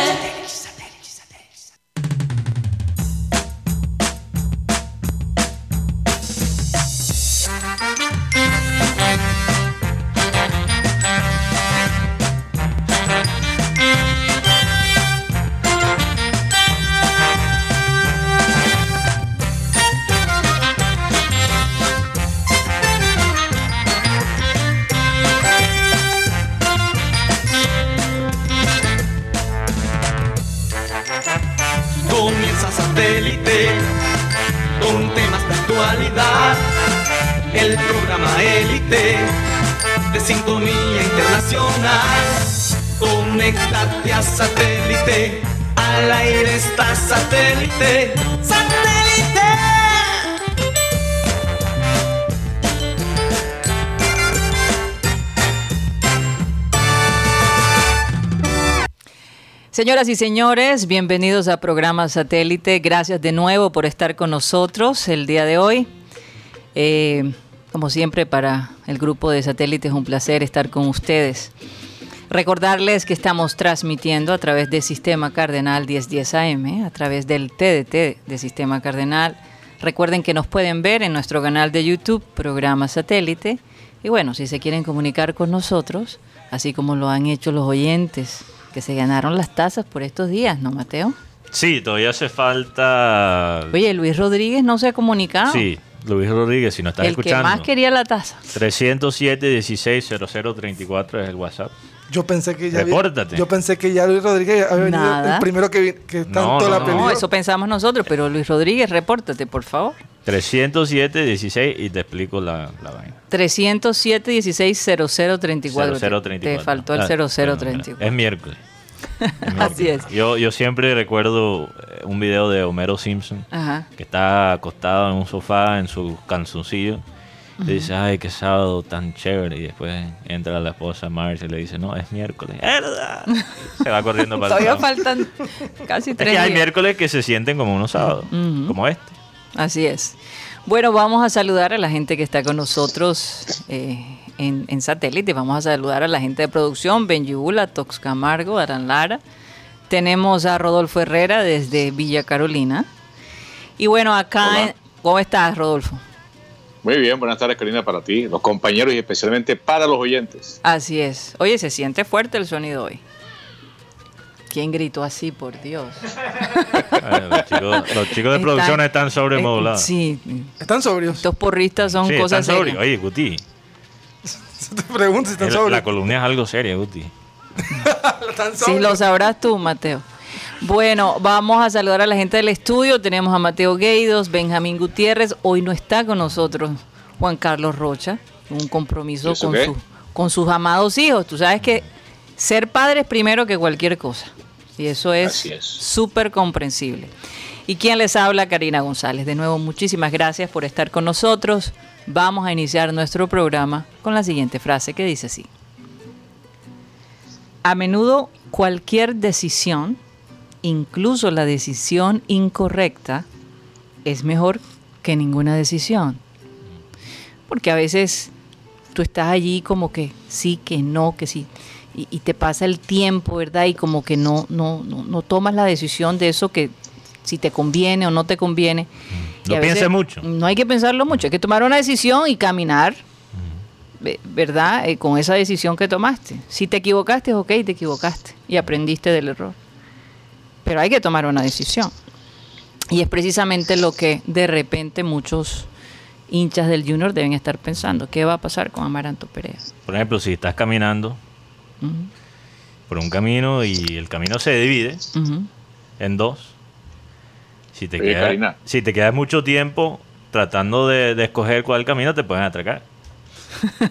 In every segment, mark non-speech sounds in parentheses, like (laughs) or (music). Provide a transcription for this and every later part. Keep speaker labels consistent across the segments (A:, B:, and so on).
A: Satellite.
B: Comienza satélite con temas de actualidad. El programa élite de sintonía internacional. Conectate a satélite. Al aire está satélite. ¡Satélite!
C: Señoras y señores, bienvenidos a programa Satélite. Gracias de nuevo por estar con nosotros el día de hoy. Eh, como siempre, para el grupo de Satélite es un placer estar con ustedes. Recordarles que estamos transmitiendo a través de Sistema Cardenal 1010 AM, a través del TDT de Sistema Cardenal. Recuerden que nos pueden ver en nuestro canal de YouTube, Programa Satélite. Y bueno, si se quieren comunicar con nosotros, así como lo han hecho los oyentes que se ganaron las tazas por estos días, ¿no, Mateo?
D: Sí, todavía hace falta.
C: Oye, Luis Rodríguez no se ha comunicado.
D: Sí, Luis Rodríguez, si no estás
C: el que
D: escuchando.
C: más quería la taza.
D: 307 16 00 34 es el WhatsApp.
E: Yo pensé que ya había-
D: Repórtate.
E: yo pensé que ya Luis Rodríguez había venido
C: Nada.
E: el primero que, vi- que tanto
D: no,
E: la
D: no.
E: peleó.
C: No, eso pensamos nosotros, pero Luis Rodríguez, repórtate, por favor.
D: 307 16 y te explico la, la vaina.
C: 307 16 00 34.
D: 0034.
C: Te faltó el
D: Ah,
C: 0034.
D: Es miércoles. Es
C: (laughs) Así
D: miércoles. Yo, yo siempre recuerdo eh, un video de Homero Simpson
C: Ajá.
D: que está acostado en un sofá en su canzoncillo. Y dice, ay, qué sábado tan chévere. Y después entra la esposa Marge y le dice, no, es miércoles. "Mierda". Se va corriendo para
C: (laughs)
D: el
C: Todavía
D: trabajo.
C: faltan
D: (laughs)
C: casi
D: Es
C: tres
D: que hay
C: días.
D: miércoles que se sienten como unos sábados,
C: Ujú.
D: como este.
C: Así es. Bueno, vamos a saludar a la gente que está con nosotros eh, en, en satélite. Vamos a saludar a la gente de producción, Benjibula, Tox Camargo, Aran Lara. Tenemos a Rodolfo Herrera desde Villa Carolina. Y bueno, acá...
F: Hola.
C: en- ¿Cómo estás, Rodolfo?
F: Muy bien, buenas tardes Karina para ti, los compañeros y especialmente para los oyentes.
C: Así es. Oye, se siente fuerte el sonido hoy. ¿Quién gritó así, por Dios?
D: Ay, Eh, los, chicos, los chicos de
C: Están-
D: producción están sobremodulados.
C: Eh, sí,
E: Están sobrios.
C: estos porristas son
D: Sí, están
C: cosas
D: sobre-
C: serias.
D: Oye, Guti,
E: (laughs) Te pregunto si están
D: el-
E: sobrios.
D: la columna es algo seria, Guti.
E: Están
C: Sí,
E: sobrios.
C: lo sabrás tú, Mateo. Bueno, vamos a saludar a la gente del estudio. Tenemos a Mateo Gueidos, Benjamín Gutiérrez. Hoy no está con nosotros Juan Carlos Rocha. Un compromiso
F: ¿Y eso
C: con,
F: qué?
C: su- con sus amados hijos. Tú sabes que ser padre es primero que cualquier cosa. Y eso es
F: Así es.
C: súper comprensible. ¿Y quién les habla? Karina González. De nuevo, muchísimas gracias por estar con nosotros. Vamos a iniciar nuestro programa con la siguiente frase que dice así. A menudo cualquier decisión, incluso la decisión incorrecta, es mejor que ninguna decisión. Porque a veces tú estás allí como que sí, que no, que sí, y, y te pasa el tiempo, ¿verdad? Y como que no, no, no, no tomas la decisión de eso que si te conviene o no te conviene.
D: Mm. No
C: Y a
D: pienses
C: veces
D: mucho.
C: No hay que pensarlo mucho, hay que tomar una decisión y caminar
D: Mm.
C: ve- ¿verdad? Eh, con esa decisión que tomaste. Si te equivocaste, ok, te equivocaste y aprendiste del error. Pero hay que tomar una decisión. Y es precisamente lo que de repente muchos hinchas del Junior deben estar pensando. ¿Qué va a pasar con Amaranto Perea?
D: Por ejemplo, si estás caminando
C: Ujú,
D: por un camino y el camino se divide
C: ujú. (laughs)
D: en dos, si te,
F: Oye,
D: quedas,
F: Karina.
D: si te quedas mucho tiempo tratando de, de escoger cuál camino, te pueden atracar.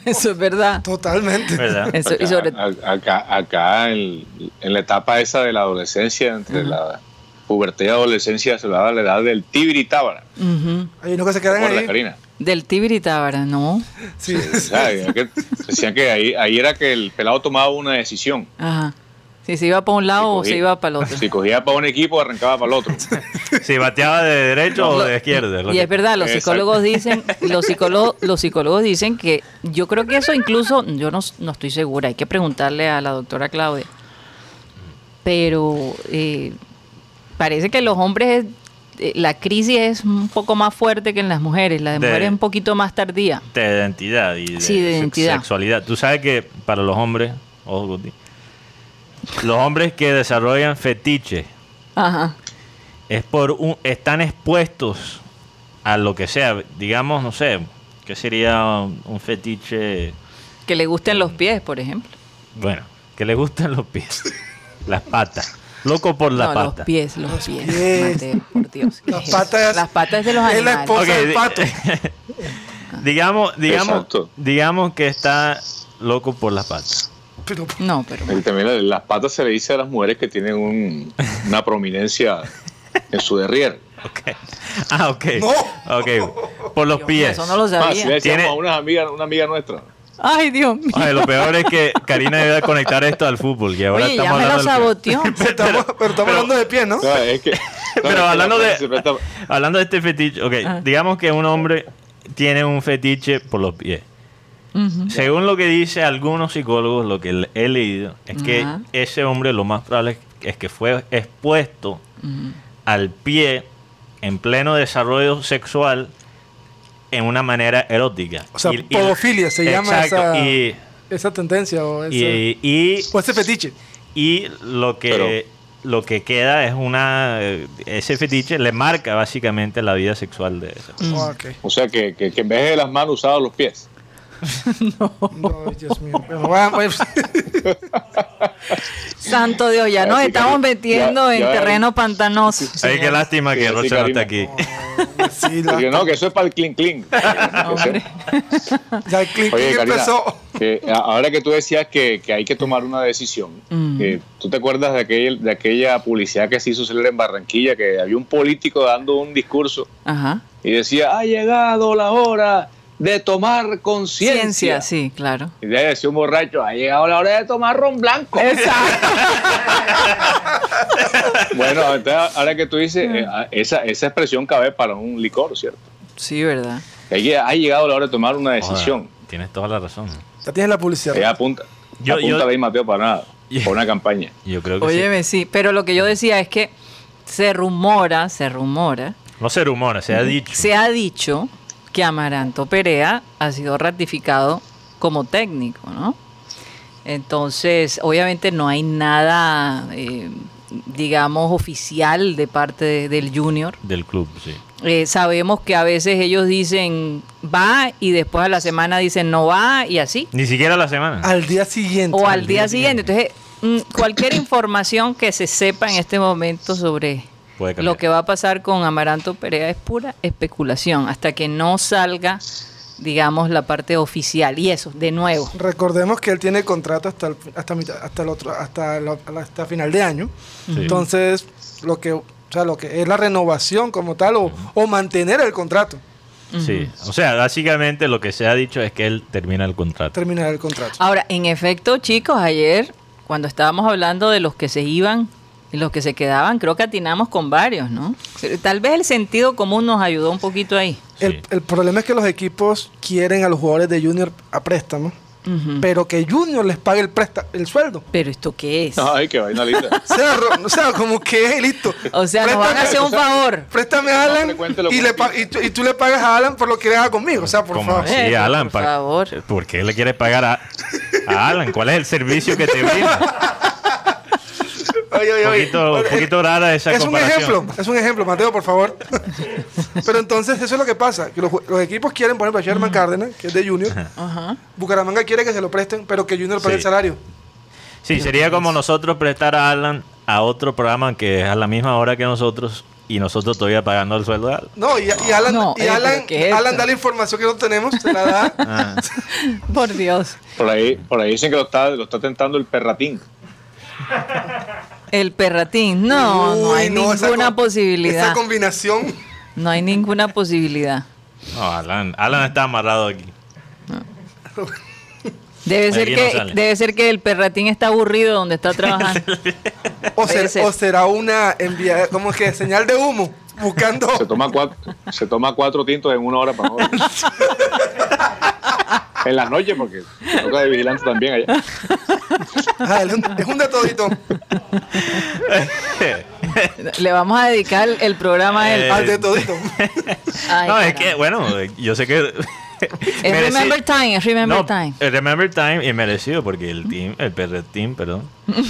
C: Eso es verdad.
E: Totalmente.
D: ¿Verdad?
C: (laughs) Eso- y sobre-
F: Acá, acá- acá en, en la etapa esa de la adolescencia, entre la pubertad y adolescencia, se le da la edad del tibiritábara.
C: Ujú.
E: Hay unos que se quedan
F: ¿Recuerdas,
E: ahí.
F: Karina?
C: Del Tibiri Tábara, ¿no?
E: Sí.
F: ¿Sabes?
C: (laughs)
F: Que Decían que ahí, ahí era que el pelado tomaba una decisión.
C: Ajá. Si se iba para un lado Ah, o
F: cogí-
C: se iba para el otro.
F: Si cogía para un equipo, arrancaba para
C: (laughs)
F: el otro.
D: Si bateaba de derecho o
C: Lo-
D: de izquierda. lo
C: Y
D: que-
C: es verdad, los
F: Exacto.
C: psicólogos
D: (laughs)
C: dicen, los psicólogos, los psicólogos dicen que yo creo que eso incluso, yo no, no estoy segura, hay que preguntarle a la doctora Claudia, pero eh, parece que los hombres, eh, la crisis es un poco más fuerte que en las mujeres, la de,
D: De-
C: mujeres es un poquito más tardía.
D: de identidad y de,
C: Sí, de
D: sex-
C: identidad.
D: sexualidad. Tú sabes que para los hombres, ojo, Guti, los hombres que desarrollan fetiche
C: Ajá.
D: es por un, están expuestos a lo que sea, digamos, no sé, que sería un, un fetiche,
C: Que le gusten los pies, por ejemplo.
D: bueno, que le gustan los pies, las patas, loco por la
C: no,
D: pata.
C: los pies, los pies.
E: pies.
C: Mateo, por Dios. ¿qué
E: Las
C: es eso?
E: patas-
C: Las patas de los
E: es la
C: animales.
E: esposa. O sea,
D: Ok,
E: el
D: di-
E: pato.
D: (laughs) digamos, digamos,
F: Exacto.
D: digamos que está loco por las patas.
E: (laughs) Pero,
D: (laughs)
C: No, pero
F: Y también la- las patas se le dice a las mujeres que tienen un- una prominencia en su derrier.
D: Ok. Ah, ok.
E: No.
D: Ok. Por los
C: Dios mío,
D: pies.
C: eso no lo
F: Ah, así le
C: sabía.
F: decíamos
D: Tiene-
F: a unas amigas- una amiga nuestra.
C: Ay, Dios mío.
D: Oye, lo peor es que Karina debe conectar esto al fútbol. Y ahora
C: Oye, ya
D: estamos
C: me lo
D: hablando del-
C: saboteó.
E: pero estamos, pero estamos hablando de pie, ¿no?
F: No, es
C: (laughs)
F: que, no, es que
D: Pero
F: la
D: hablando
F: mujer
D: de,
F: se presta-
D: hablando de este fetiche, ok,
C: Ajá.
D: digamos que un hombre tiene un fetiche por los pies.
C: (laughs) Ujú.
D: Según lo que dice algunos psicólogos, lo que le- he leído, es que
C: Ajá.
D: ese hombre lo más probable es- es que fue expuesto al pie en pleno desarrollo sexual en una manera erótica.
E: O sea, podofilia se llama
D: exacto,
E: esa,
D: y-
E: esa tendencia o ese,
D: y- y
E: o ese fetiche.
D: y lo que lo que queda es una eh, ese fetiche le marca básicamente la vida sexual de eso.
C: Mm.
E: Ah, ok.
F: o sea, que, que- que en vez de las manos usaba los pies.
E: No, Dios mío. Bueno, va- va-
C: Santo Dios, ya nos
F: Así que
C: estamos
F: ya-
C: metiendo en
F: ya-
C: terreno pantanoso.
D: Ay, qué
C: señor.
D: lástima
F: Sí,
D: que
F: sí,
D: Rocha no está aquí.
F: Karina.
E: (laughs) sí, la-
F: Porque no, que eso es para el clink
C: (laughs)
F: clink.
C: Hombre.
E: ya el clic
F: Oye,
E: clic
F: Karina,
E: empezó.
F: que a- ahora que tú decías que, que hay que tomar una decisión,
C: Mm.
F: eh, ¿tú te acuerdas de, aquel, de aquella publicidad que se hizo célebre en Barranquilla, que había un político dando un discurso
C: Ajá.
F: y decía, ha llegado la hora de tomar conciencia?
C: Ciencia, sí, claro.
F: Y le decía un borracho, ha llegado la hora de tomar ron blanco. Bueno, entonces, ahora que tú dices, eh, a- esa, esa expresión cabe para un licor, ¿cierto?
C: Sí, ¿verdad?
F: Ahí ha llegado la hora de tomar una
D: Joder,
F: decisión.
D: tienes toda la razón.
E: Ya tienes la publicidad.
F: Ahí apunta.
D: Yo-
F: apunta
D: yo-
F: ahí, Mateo, para nada.
D: Yo-
F: Para una campaña.
D: Yo creo que sí.
C: Óyeme, sí. Pero lo que yo decía es que se rumora, se rumora,
D: No se rumora, se ha dicho.
C: se ha dicho que Amaranto Perea ha sido ratificado como técnico, ¿no? Entonces, obviamente no hay nada, eh, digamos, oficial de parte de- del Junior.
D: Del club, sí.
C: Eh, sabemos que a veces ellos dicen va y después a la semana dicen no va y así.
D: Ni siquiera la semana.
E: Al día siguiente.
C: O al día siguiente. Entonces, mm, cualquier información que se sepa en este momento sobre
D: Puede cambiar.
C: lo que va a pasar con Amaranto Perea es pura especulación hasta que no salga, digamos, la parte oficial. Y eso, de nuevo.
E: Recordemos que él tiene contrato hasta el, hasta mitad- hasta el otro hasta la- hasta final de año.
D: Sí.
E: Entonces, lo que o sea, lo que es la renovación como tal o, o mantener el contrato,
D: Sí. O sea, básicamente lo que se ha dicho es que él termina el contrato.
E: terminar el contrato.
C: Ahora, en efecto, chicos, ayer cuando estábamos hablando de los que se iban y los que se quedaban, creo que atinamos con varios, ¿no? Tal vez el sentido común nos ayudó un poquito ahí.
E: El, el problema es que los equipos quieren a los jugadores de Junior a préstamo,
C: Ujú.
E: pero que Junior les pague el préstamo, el sueldo.
C: Pero esto qué es?
F: Ay, qué vaina linda.
E: O sea, ro- o sea, como que listo.
C: O sea, nos van a hacer un favor.
E: Préstame a
F: No,
E: Alan
F: pero cuéntelo
E: y,
F: con
E: le
F: el
E: pa-
F: pizza.
E: y, tú, y tú le pagas a Alan por lo que deja conmigo. O sea, por
D: ¿Cómo
E: favor.
D: así,
C: Eh,
D: Alan?
C: por
D: Pa-
C: favor.
D: ¿Por qué le quieres pagar a, a Alan? ¿Cuál es el servicio que te brinda?
E: Oye, oye,
D: Un
E: oye.
D: poquito, un poquito rara esa
E: Es un
D: comparación.
E: ejemplo, es un ejemplo, Mateo, por
D: (laughs)
E: favor. Pero entonces eso es lo que pasa, que los, ju- los equipos quieren, por ejemplo, a
D: Mm.
E: Sherman Cárdenas, que es de Junior,
C: Ajá.
E: Bucaramanga quiere que se lo presten, pero que Junior pague
D: Sí.
E: el salario.
D: Sí, sería como nosotros prestar a Alan a otro programa que es a la misma hora que nosotros y nosotros todavía pagando el sueldo de Alan.
E: No, y, y Alan,
C: No,
E: y
C: eh, pero
E: Alan,
C: ¿qué es
E: Alan
C: esto?
E: da la información que no tenemos, se la da.
D: (laughs) Ah,
C: Por Dios.
F: Por ahí, por ahí dicen que lo está, lo está tentando el perratín.
C: El perratín. No, no
E: Uy,
C: hay
E: esa
C: ninguna
E: com- Esa
C: posibilidad.
E: combinación.
C: No hay ninguna posibilidad.
D: no, Alan, Alan está amarrado aquí. (laughs)
C: Debe
D: Aquí
C: ser,
D: no
C: que,
D: sale.
C: debe ser que el perratín está aburrido donde está trabajando.
D: (laughs)
C: (laughs)
E: O,
C: Puede
E: ser-
C: ser.
E: o será una enviada, como que señal de humo,
D: (laughs)
E: buscando.
F: Se toma cuatro, se toma cuatro tintos en una hora para no. en las noches, porque toca de vigilante también allá.
E: Ah, es un- es un de todito.
C: Le vamos a dedicar el programa a él.
D: Eh.
E: Al
D: (laughs)
E: de todito.
C: Ay,
D: no, es
C: caramba.
D: que, bueno, yo sé que.
C: Es
D: mereci-
C: Remember Time, es Remember
D: No,
C: Time.
D: eh, Remember Time y merecido porque el team, el PR team,
E: (laughs)
D: perdón. eh,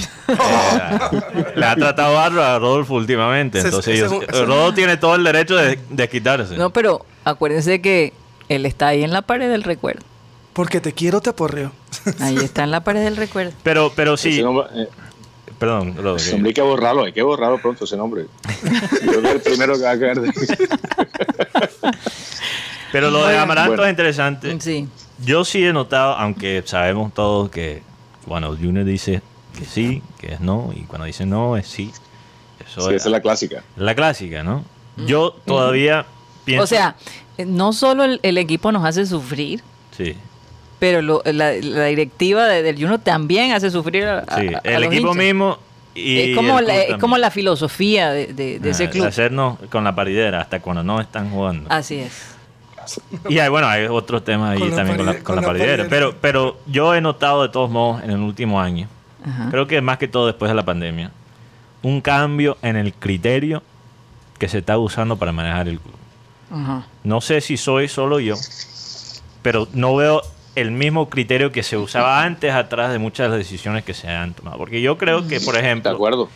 D: le ha tratado bárbaro a Rodolfo últimamente.
E: Ese-
D: Entonces,
E: ese-
D: yo-
E: ese-
D: Rodolfo tiene todo el derecho de, de quitarse.
C: No, pero acuérdense que él está ahí en la pared del recuerdo.
E: Porque te quiero, te aporreo.
C: Ahí está en la pared del recuerdo.
D: Pero, pero sí.
F: Ese nombre, eh,
D: Perdón, Rodolfo.
F: ese nombre hay que borrarlo, hay que borrarlo pronto ese nombre. Yo creo que es el primero que va a caer. de-
D: Pero lo de Amaranto
F: Bueno.
D: es interesante.
C: Sí.
D: Yo sí he notado, aunque sabemos todos que cuando Junior dice que sí, que es no, y cuando dice no, es sí. Eso es
F: Sí, esa es la clásica.
D: la clásica, ¿no? Yo todavía pienso.
C: O sea, eh, no solo el, el equipo nos hace sufrir,
D: Sí.
C: pero lo- la, la directiva de- del Juno también hace sufrir a, a-
D: Sí,
C: a- a
D: el
C: los
D: equipo
C: hinchas.
D: mismo y
C: es como,
D: el
C: la,
D: club
C: es como
D: también.
C: la filosofía de, de- de ese
D: Ah,
C: club. Ah.
D: Hacernos con la paridera hasta cuando no están jugando.
C: Así es.
D: Y hay, bueno, hay otros temas ahí
E: Con la
D: también con la,
E: paride-
D: con la paridera. Pero, pero yo he notado de todos modos en el último año,
C: Ajá.
D: creo que más que todo después de la pandemia, un cambio en el criterio que se está usando para manejar el club.
C: Ajá.
D: No sé si soy solo yo, pero no veo el mismo criterio que se usaba antes atrás de muchas de las decisiones que se han tomado. Porque yo creo que, por
F: ¿De
D: ejemplo,
F: acuerdo?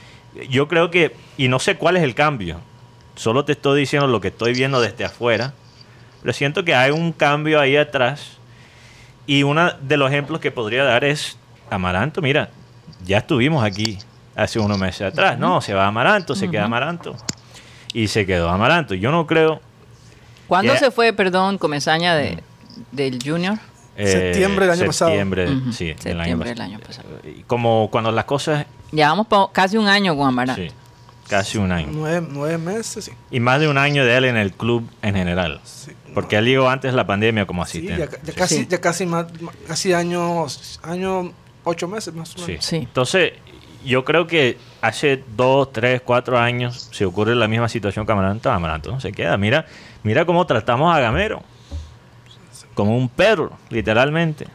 D: yo creo que, y no sé cuál es el cambio, solo te estoy diciendo lo que estoy viendo desde afuera, pero siento que hay un cambio ahí atrás y uno de los ejemplos que podría dar es Amaranto, mira, ya estuvimos aquí hace unos meses atrás, no, se va Amaranto, se queda Amaranto y se quedó Amaranto. Yo no creo...
C: ¿Cuándo
D: Yeah.
C: se fue, perdón, Comezaña de, del Junior?
E: Septiembre del año pasado.
D: eh, septiembre,
C: Ujú,
D: Mm. sí, del
C: septiembre
D: pas-
C: del año pasado.
D: Y Como cuando las cosas...
C: Llevamos po- casi un año con Amaranto.
D: sí, casi un año.
E: Nueve, nueve meses, sí.
D: Y más de un año de él en el club en general. Porque él llegó antes de la pandemia como
E: Sí,
D: asistente.
E: ya, ya casi,
C: Sí.
E: ya casi, más, más- casi años, año, ocho meses más o
D: Sí.
E: menos.
C: Sí.
D: Entonces, yo creo que hace dos, tres, cuatro años se ocurre la misma situación que Amaranto. Amaranto no se queda. Mira, mira cómo tratamos a Gamero. Como un perro, literalmente.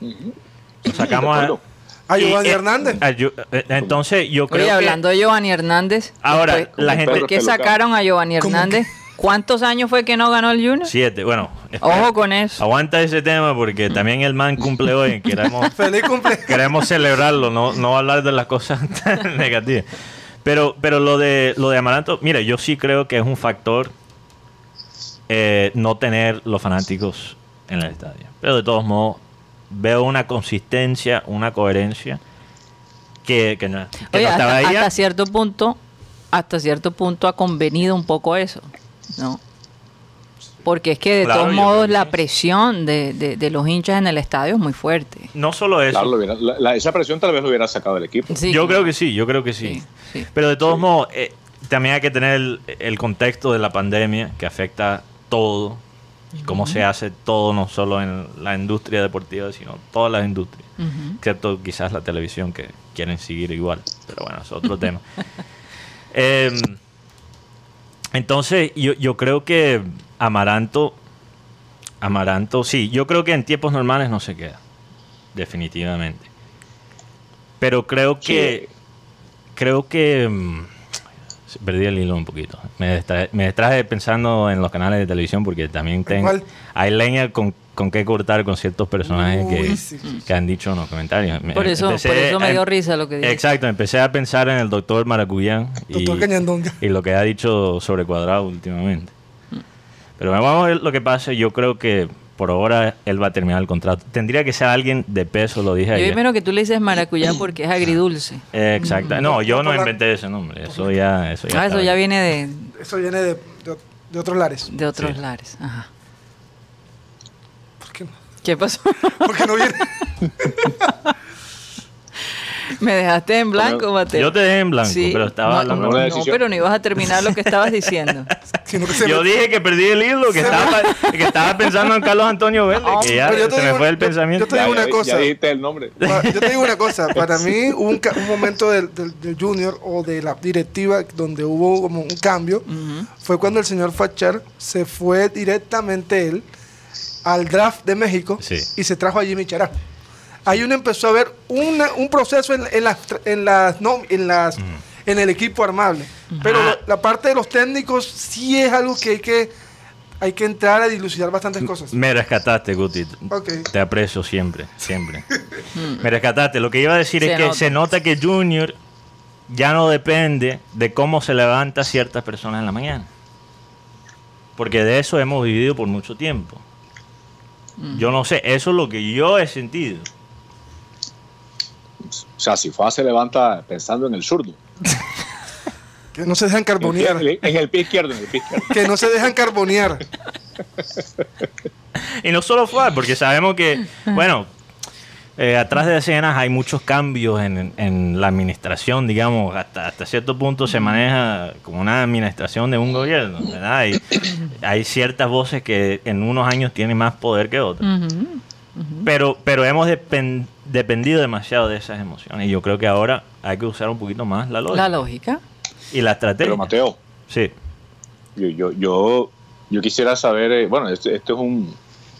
D: Lo sacamos
F: De
D: a...
F: acuerdo.
E: Ah,
D: y,
E: Giovanni
D: eh,
E: Hernández.
D: a Yo- eh, entonces, yo creo
C: Oye,
D: que-
C: hablando de Giovanni Hernández.
D: Ahora,
C: después-
D: la gente-
C: ¿por qué sacaron a Giovanni
E: ¿Cómo
C: Hernández? ¿Cuántos años fue que no ganó el Junior?
D: Siete, bueno. espera.
C: Ojo con eso.
D: Aguanta ese tema porque también el man
C: (laughs)
D: cumple hoy. Queremos
E: Feliz cumpleaños.
D: queremos celebrarlo, no, no hablar de las cosas (laughs) tan negativas. Pero, pero lo de lo de Amaranto, mira, yo sí creo que es un factor eh, no tener los fanáticos en el estadio. Pero de todos modos, veo una consistencia, una coherencia que, que no, que
C: Oye,
D: no
C: hasta,
D: estaba ahí.
C: hasta cierto punto, hasta cierto punto ha convenido un poco eso, ¿no? Porque es que de
D: Claro,
C: todos
D: yo creo
C: modos
D: que
C: la
D: sí.
C: presión de, de- de los hinchas en el estadio es muy fuerte.
D: No solo eso.
F: Claro, lo hubiera- la- la- esa presión tal vez lo hubiera sacado del equipo.
C: Sí,
D: yo creo que sí, yo creo que
C: Sí,
D: sí.
C: sí.
D: Pero de todos modos, eh, también hay que tener el, el contexto de la pandemia que afecta todo, y cómo se hace todo, no solo en la industria deportiva, sino todas las industrias,
C: Ujú.
D: excepto quizás la televisión que quieren seguir igual. Pero bueno, es otro tema. Em, entonces, yo, yo creo que Amaranto, Amaranto, sí, yo creo que en tiempos normales no se queda, definitivamente. Pero creo que, creo que, mm, perdí el hilo un poquito. Me, distra- me distraje pensando en los canales de televisión porque también tengo,
E: ¿Cuál?
D: hay leña con, con qué cortar con ciertos personajes
E: Uy,
D: que,
E: sí, sí,
D: que han dicho en los comentarios. Me-
C: Por eso- por eso me
D: a- em-
C: dio risa lo que dijiste.
D: Exacto, empecé a pensar en el doctor Maracuyán. (laughs) y-
E: Doctor Cañandonga.
D: y lo que ha dicho sobre Cuadrado últimamente. Pero vamos a ver lo que pasa. Yo creo que por ahora él va a terminar el contrato. Tendría que ser alguien de peso, lo dije
C: Yo
D: ayer.
C: primero que tú le dices maracuyá porque es agridulce.
D: Eh,
E: Mm.
D: Exacto. No, yo no inventé ese nombre. Eso ya, eso ya,
C: Ah, eso
D: está.
C: ya viene de,
E: Eso viene de, de- de otros lares.
C: de otros
D: Sí.
C: lares. Ajá.
E: ¿Por qué no?
C: ¿Qué pasó? (laughs)
E: ¿Por qué no viene? (laughs)
C: me dejaste en blanco, Mateo.
D: Yo te dejé en blanco,
C: Sí.
D: pero estaba
C: no,
D: hablando.
F: Una
C: No,
F: decisión.
C: pero no ibas a terminar lo que estabas
D: (laughs)
C: diciendo.
E: Sino que se
D: Yo
E: me-
D: dije que perdí el hilo, que estaba, que estaba pensando en Carlos Antonio Vélez, que ya
E: Pero yo te
D: se me
E: digo-
D: fue el
E: yo- yo
D: pensamiento.
E: te digo una
F: ya
E: cosa.
F: dijiste el nombre.
E: Pa- Yo te digo
D: (laughs)
E: una cosa, para mí hubo un, ca- un momento del, del- del Junior o de la directiva donde hubo como un cambio, fue cuando el señor Fachar se fue directamente él al draft de México
A: Sí.
E: y se trajo a Jimmy Chará. Ahí uno empezó a ver una- un proceso en, en las, en las, no, en las, en el equipo armable. Pero
D: Ah.
E: lo- la parte de los técnicos sí es algo que hay que, hay que entrar a dilucidar bastantes cosas.
D: Me rescataste, Guti.
E: Ok.
D: Te aprecio siempre, siempre. Me rescataste. Lo que iba a decir
C: Se
D: es que
C: nota.
D: se nota que Junior ya no depende de cómo se levanta ciertas personas en la mañana. Porque de eso hemos vivido por mucho tiempo.
C: Mm.
D: Yo no sé, eso es lo que yo he sentido.
F: O sea, si fue se levanta pensando en el zurdo.
E: Que no se dejan
F: En el,
E: carbonear.
F: pie- en el pie izquierdo, en el pie izquierdo.
E: Que no se dejan
D: (laughs)
E: carbonear.
D: Y no solo fue, porque sabemos que, bueno, eh, atrás de escenas hay muchos cambios en, en la administración, digamos, hasta, hasta cierto punto se maneja como una administración de un gobierno, ¿verdad? Y hay ciertas voces que en unos años tienen más poder que otras.
C: Ujú.
D: Pero, pero hemos depen- dependido demasiado de esas emociones. Y yo creo que ahora hay que usar un poquito más la lógica.
C: La lógica.
D: y la estrategia.
F: Pero Mateo,
D: Sí.
F: yo, yo, yo, yo quisiera saber, eh, bueno, esto, esto es un,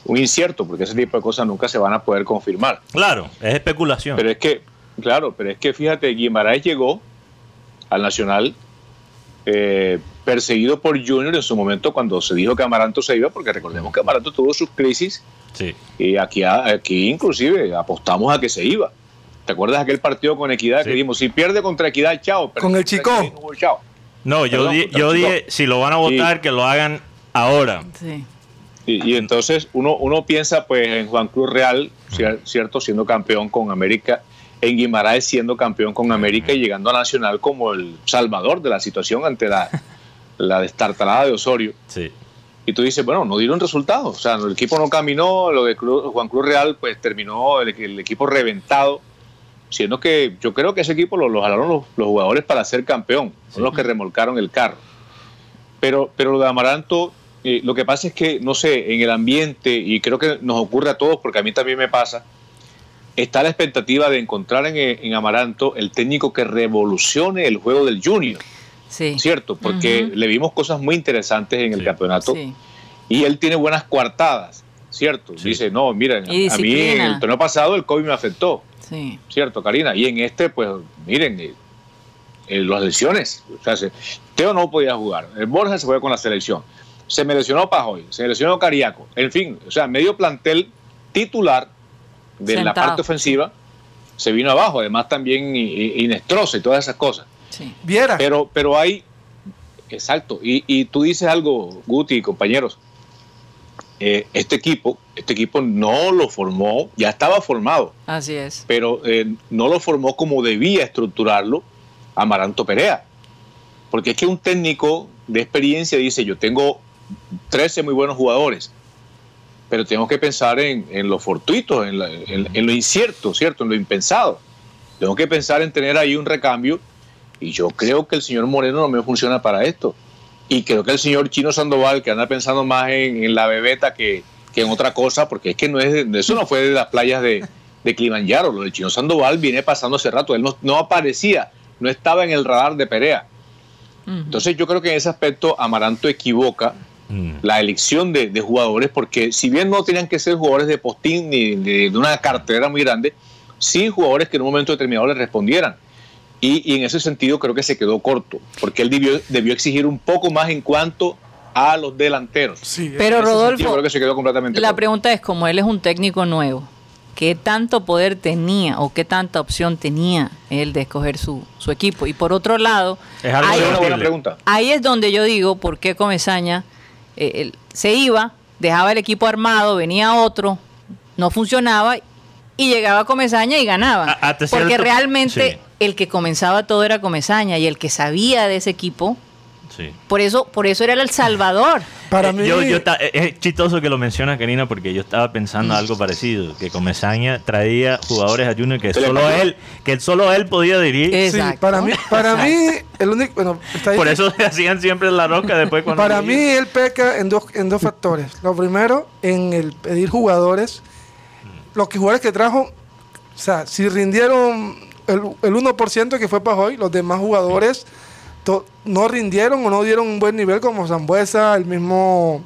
F: un incierto, porque ese tipo de cosas nunca se van a poder confirmar.
D: Claro, es especulación.
F: Pero es que, claro, pero es que fíjate, Guimaraes llegó al Nacional eh, perseguido por Junior en su momento cuando se dijo que Amaranto se iba, porque recordemos que Amaranto tuvo sus crisis
D: sí.
F: y aquí, aquí inclusive apostamos a que se iba. ¿Te acuerdas aquel partido con Equidad que
D: Sí.
F: dimos? Si pierde contra Equidad, chao. pero
E: Con el
F: contra
E: Chico.
F: Equidad no hubo chao.
D: No, yo,
F: Perdón,
D: di- yo
F: chico.
D: dije, si lo van a votar, que lo hagan ahora.
C: Sí.
F: Y, y entonces uno, uno piensa pues en Juan Cruz Real, cier- ¿cierto? Siendo campeón con América, en Guimaraes siendo campeón con América y llegando a Nacional como el salvador de la situación ante la, la destartalada de Osorio.
D: Sí.
F: Y tú dices, bueno, no dieron resultados. O sea, el equipo no caminó, lo de Cruz- Juan Cruz Real pues terminó el, el equipo reventado. Siendo que yo creo que ese equipo lo, lo jalaron los, los jugadores para ser campeón, son los que remolcaron el carro. Pero, pero lo de Amaranto, eh, lo que pasa es que, no sé, en el ambiente, y creo que nos ocurre a todos, porque a mí también me pasa, está la expectativa de encontrar en, eh, en Amaranto el técnico que revolucione el juego del Junior,
C: Sí.
F: ¿cierto? Porque
C: Ujú.
F: le vimos cosas muy interesantes en el
D: Sí.
F: campeonato
C: Sí.
F: y él tiene buenas coartadas, ¿cierto?
D: Sí.
F: Dice, no, miren,
C: Y
F: a mí en
C: disciplina.
F: el torneo pasado el COVID me afectó,
C: Sí.
F: ¿cierto, Karina? Y en este, pues, miren, eh, eh, las lesiones. O sea, se- Teo no podía jugar, el Borja se fue con la selección, se me lesionó Pajoy, se me lesionó Cariaco, en fin, o sea, medio plantel titular de la
C: Sentado.
F: parte ofensiva se vino abajo, además también I- I- Inestrosa y todas esas cosas.
C: Sí.
E: Viera.
F: Pero, pero hay, exacto, y, y tú dices algo, Guti y compañeros, Eh, este equipo, este equipo no lo formó, ya estaba formado,
C: Así es.
F: pero eh, no lo formó como debía estructurarlo Amaranto Perea. Porque es que un técnico de experiencia dice, yo tengo 13 muy buenos jugadores, pero tengo que pensar en, en lo fortuito, en, la- en- en lo incierto, ¿cierto? En lo impensado. Tengo que pensar en tener ahí un recambio y yo creo que el señor Moreno no me funciona para esto. Y creo que el señor Chino Sandoval, que anda pensando más en, en la bebeta que, que en otra cosa, porque es que no es de- eso no fue de las playas de, de Kilimanjaro. Lo del Chino Sandoval viene pasando hace rato. Él no, no aparecía, no estaba en el radar de Perea.
C: Ujú.
F: Entonces yo creo que en ese aspecto Amaranto equivoca
D: Mm.
F: la elección de, de jugadores, porque si bien no tenían que ser jugadores de postín ni de, de una cartera muy grande, sí jugadores que en un momento determinado le respondieran. Y, y en ese sentido creo que se quedó corto, porque él debió, debió exigir un poco más en cuanto a los delanteros.
E: Sí,
C: Pero
F: En ese
C: Rodolfo,
F: sentido creo que se quedó completamente
C: La
F: corto.
C: pregunta es, como él es un técnico nuevo, ¿qué tanto poder tenía o qué tanta opción tenía él de escoger su, su equipo? Y por otro lado,
D: Es algo
C: ahí,
F: Esa es una buena
D: Horrible.
F: pregunta.
C: ahí es donde yo digo por qué Comezaña eh, él se iba, dejaba el equipo armado, venía otro, no funcionaba y llegaba Comezaña y ganaba.
D: A- hasta
C: Porque
D: cierto-
C: realmente
D: sí.
C: el que comenzaba todo era Comezaña y el que sabía de ese equipo,
D: Sí.
C: por eso, por eso era el Salvador.
E: para
D: Eh,
E: mí.
D: yo- yo ta- eh, es chistoso que lo mencionas, Karina, porque yo estaba pensando algo parecido, que Comesaña traía jugadores a Junior que
F: Se le
D: solo
F: cambió.
D: él, que solo él podía dirigir.
C: Eh,
E: sí,
C: Exacto.
E: para mí, para mí, el único. Bueno, está ahí.
D: Por eso (laughs) se hacían siempre la roca después cuando
E: eh, Para mí,
D: dirigía.
E: él peca en dos, en dos factores. Lo primero, en el pedir jugadores. Los que jugadores que trajo, o sea, si rindieron el, el 1% que fue Pajoy, los demás jugadores to- no rindieron o no dieron un buen nivel, como Zambuesa, el mismo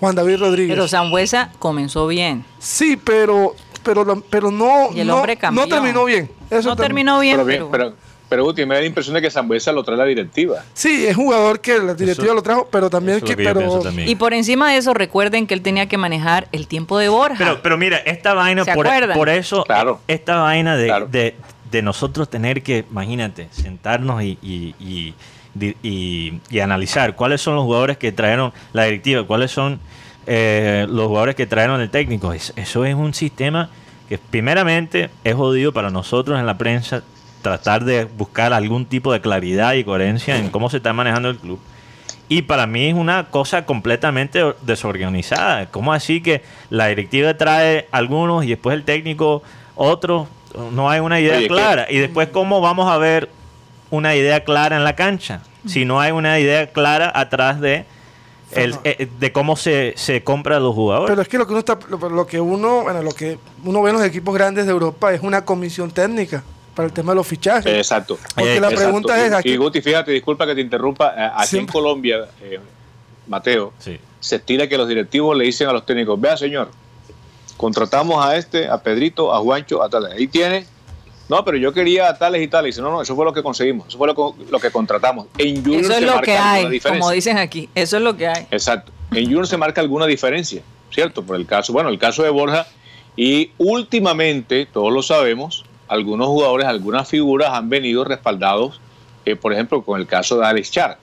E: Juan David Rodríguez.
C: Pero Zambuesa comenzó bien.
E: Sí, pero, pero, lo- pero no,
C: Y el
E: no,
C: hombre cambió.
E: no terminó bien. Eso
C: no
E: tam-
C: terminó bien,
F: Pero,
C: pero,
F: bien, pero, pero Guti, me da la impresión de que Zambuesa lo trae la directiva.
E: Sí, es jugador que la directiva
D: Eso-
E: lo trajo, pero también
D: Eso es lo
E: que,
D: que yo
E: pero,
D: pienso también.
C: Y por encima de eso, recuerden que él tenía que manejar el tiempo de Borja.
D: Pero, pero mira, esta vaina,
C: ¿Se
D: por,
C: acuerdan?
D: por eso, e
F: Claro.
D: esta vaina de,
F: Claro.
D: de- de nosotros tener que, imagínate, sentarnos y, y- y- di- y- y analizar cuáles son los jugadores que trajeron la directiva, cuáles son eh, los jugadores que trajeron el técnico. Es- eso es un sistema que primeramente es jodido para nosotros en la prensa tratar de buscar algún tipo de claridad y coherencia en cómo se está manejando el club. Y para mí es una cosa completamente or- desorganizada. ¿Cómo así que la directiva trae algunos y después el técnico otros? No hay una idea
F: Oye, ¿qué?
D: clara. Y después, ¿cómo vamos a ver una idea clara en la cancha? Si no hay una idea clara atrás de, el,
E: Ajá.
D: eh, de cómo se, se compra a los jugadores.
E: pero es que lo que uno está, lo, lo que uno, bueno, lo que uno ve en los equipos grandes de Europa es una comisión técnica para el tema de los fichajes.
F: Eh, Exacto.
E: Porque
D: eh,
E: la
F: Exacto.
E: pregunta
F: Y-
E: es aquí.
F: Y Guti, fíjate, disculpa que te interrumpa. eh, Aquí en
E: Siempre.
F: Colombia, eh, Mateo,
D: Sí.
F: se estira que los directivos le dicen a los técnicos, vea señor, contratamos a este, a Pedrito, a Juancho, a tales. Ahí tiene. No, pero yo quería a tales y tales. Dice, no, no, eso fue lo que conseguimos, eso fue lo, co- lo que contratamos. En Junior
C: eso
F: se
C: es lo
F: marca
C: que
F: alguna
C: hay,
F: diferencia.
C: como dicen aquí. Eso es lo que hay.
F: Exacto. En Junior se marca alguna diferencia, ¿cierto? Por el caso, bueno, el caso de Borja. Y últimamente, todos lo sabemos, algunos jugadores, algunas figuras han venido respaldados, eh, por ejemplo, con el caso de Alex Char,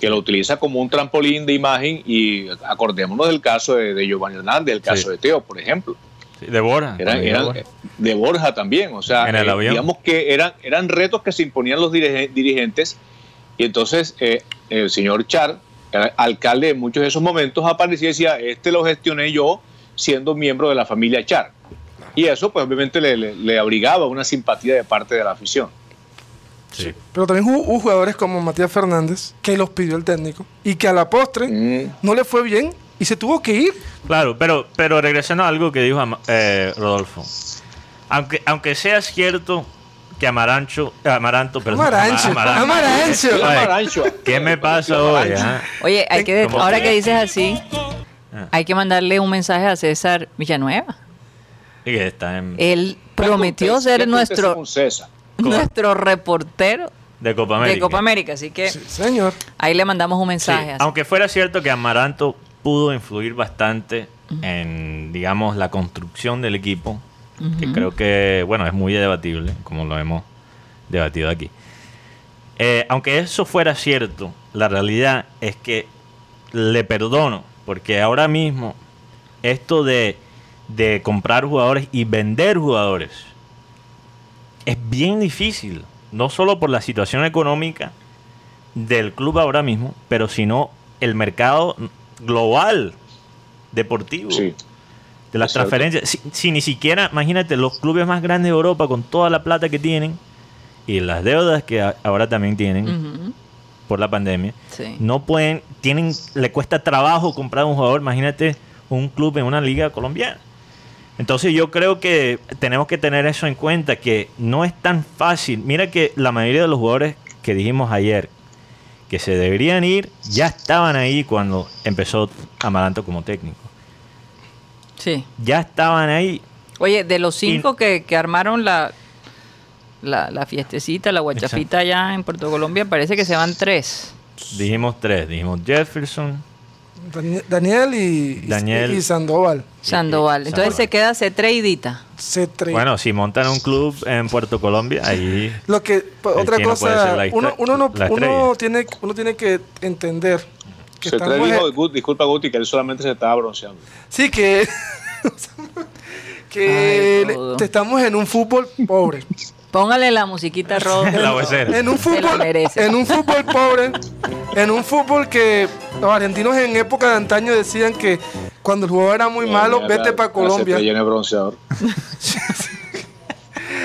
F: que lo utiliza como un trampolín de imagen y acordémonos del caso de, de Giovanni Hernández, el caso
D: Sí.
F: de Teo, por ejemplo.
D: Sí, de Borja.
F: Eran,
D: Cuando llegó
F: eran,
D: Borja.
F: eh, de Borja también, o sea,
D: En el
F: eh,
D: avión.
F: digamos que eran, eran retos que se imponían los dirige- dirigentes y entonces eh, el señor Char, que era alcalde de muchos de esos momentos, aparecía y decía, este lo gestioné yo siendo miembro de la familia Char. Y eso pues obviamente le, le- le abrigaba una simpatía de parte de la afición.
D: Sí.
E: Pero también hubo, hubo jugadores como Matías Fernández que los pidió el técnico y que a la postre
F: Mm.
E: no le fue bien y se tuvo que ir.
D: Claro, pero, pero regresando a algo que dijo Ama- eh, Rodolfo. Aunque, aunque sea cierto que Amarancho, Amaranto, perdón,
E: Amarancho,
D: Ama- Amarancho-
E: Amarancho.
D: Oye,
F: Amarancho.
D: ¿Qué me pasa hoy? ah?
C: Oye, hay que,
D: ¿Cómo?
C: ahora que dices así,
D: Ah.
C: hay que mandarle un mensaje a César Villanueva.
D: Y que está en-
C: Él prometió
F: Entonces, ¿qué
C: ser
F: acontece
C: nuestro,
F: con César?
C: nuestro reportero
D: de Copa América.
C: de Copa América, así que
E: Sí, señor.
C: ahí le mandamos un
D: Sí, Ah,
C: mensaje. así.
D: aunque fuera cierto que Amaranto pudo influir bastante en, digamos, la construcción del equipo, que creo que, bueno, es muy debatible, como lo hemos debatido aquí. Eh, aunque eso fuera cierto, la realidad es que le perdono, porque ahora mismo esto de, de comprar jugadores y vender jugadores es bien difícil, no solo por la situación económica del club ahora mismo, pero sino el mercado global deportivo
F: Sí.
D: de las
F: Exacto.
D: transferencias. Si, si ni siquiera, imagínate, los clubes más grandes de Europa con toda la plata que tienen y las deudas que a- ahora también tienen
C: Ujú,
D: por la pandemia,
C: sí.
D: no pueden, tienen, le cuesta trabajo comprar un jugador, imagínate un club en una liga colombiana. Entonces yo creo que tenemos que tener eso en cuenta, que no es tan fácil. Mira que la mayoría de los jugadores que dijimos ayer que se deberían ir, ya estaban ahí cuando empezó Amaranto como técnico.
C: Sí.
D: Ya estaban ahí
C: Oye, de los cinco que, que armaron la, la, la fiestecita, la guachafita allá en Puerto Colombia, parece que se van tres.
D: Dijimos tres, dijimos Jefferson.
E: Dan- Daniel y, y-
D: Daniel.
E: y Sandoval.
C: Sandoval.
D: y-
C: Entonces se
D: Sandoval.
C: queda Cetreidita.
E: Se tre-
D: Bueno, si montan un club en Puerto Colombia, ahí
E: Lo que pa-
D: El
E: otra
D: chino puede
E: cosa,
D: ser la
E: uno,
D: estre-
E: uno, no-
D: la
E: uno
D: estrella.
E: tiene uno tiene que entender que
F: Se trae
E: estamos
F: dijo,
E: en-
F: Gut- disculpa Guti, que él solamente se estaba bronceando.
E: sí que (laughs) que
C: Ay,
E: le-
C: todo.
E: te estamos en un fútbol pobre,
C: Póngale la musiquita roja.
D: (laughs) la vocera.
E: en un
C: Se lo
E: fútbol
C: merece.
E: en un fútbol pobre, en un fútbol que los argentinos en época de antaño decían que cuando el jugador era muy malo,
F: Mira,
E: vete
F: la-
E: para
F: la se
E: Colombia.
F: te llena de bronceador.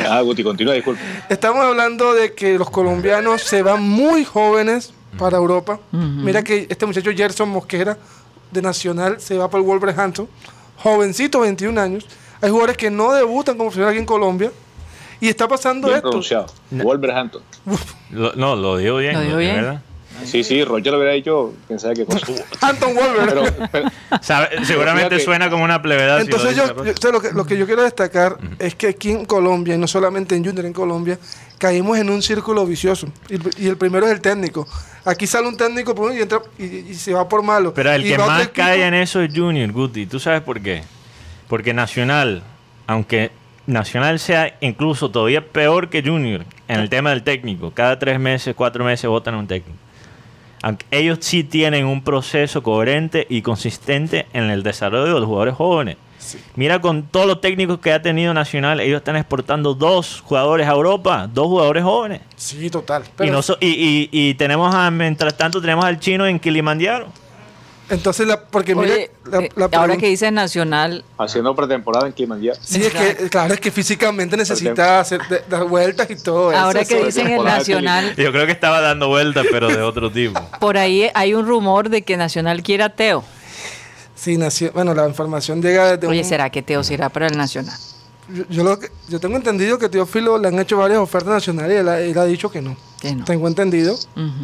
F: ah, Guti, continúa, disculpa.
E: Estamos hablando de que los colombianos se van muy jóvenes para Europa. Mira que este muchacho Gerson Mosquera de Nacional se va para el Wolverhampton, jovencito, 21 años. Hay jugadores que no debutan como profesional aquí en Colombia y está pasando
F: Bien
E: esto.
F: pronunciado. Wolverhampton.
D: Lo- no, lo digo bien.
C: Lo digo bien.
D: ¿verdad?
F: Sí, sí, Roger lo hubiera dicho, quién sabe qué cosa.
E: Anton Wolver.
F: Pero, pero-
E: (laughs)
D: Sabe- Seguramente
F: Fíjate.
D: suena como una plevedad. si lo
E: Entonces
D: dice
E: yo,
D: la
E: yo- o sea, lo, que, lo que yo quiero destacar es que aquí en Colombia, y no solamente en Junior, en Colombia, caímos en un círculo vicioso. Y, y el primero es el técnico. Aquí sale un técnico por uno y, entra, y, y se va por malo.
D: Pero el
E: Y
D: que
E: va otro
D: más
E: equipo-
D: cae en eso es Junior, Guti. ¿Tú sabes por qué? Porque Nacional, aunque Nacional sea incluso todavía peor que Junior en el tema del técnico, cada tres meses, cuatro meses votan a un técnico. Aunque ellos sí tienen un proceso coherente y consistente en el desarrollo de los jugadores jóvenes. Mira, con todos los técnicos que ha tenido Nacional, ellos están exportando dos jugadores a Europa, dos jugadores jóvenes.
E: Sí, total.
D: y, no so- y, y- y tenemos, a- mientras tanto, tenemos al chino en Kilimanjaro.
E: Entonces, la, porque mira,
C: Oye,
E: la,
C: eh,
E: la
C: ahora
E: pregunta-
C: que dices Nacional,
F: haciendo pretemporada en Kilimanjaro.
E: Sí, es que, claro, es que físicamente necesita hacer, de- dar vueltas y todo eso.
C: ahora
E: eso
C: que
E: es-
C: dicen el
F: temporada de
C: Nacional,
D: Yo creo que estaba dando vueltas, pero de otro tipo.
C: por ahí hay un rumor de que Nacional quiere a Teo.
E: Sí, nació- bueno, la información llega desde
C: Oye,
E: un-
C: ¿será que Teo se irá para el Nacional?
E: Yo, yo lo que- yo tengo entendido que Teófilo le han hecho varias ofertas nacionales y él, ha- él ha dicho que no.
C: Que no.
E: Tengo entendido.
C: Ujú.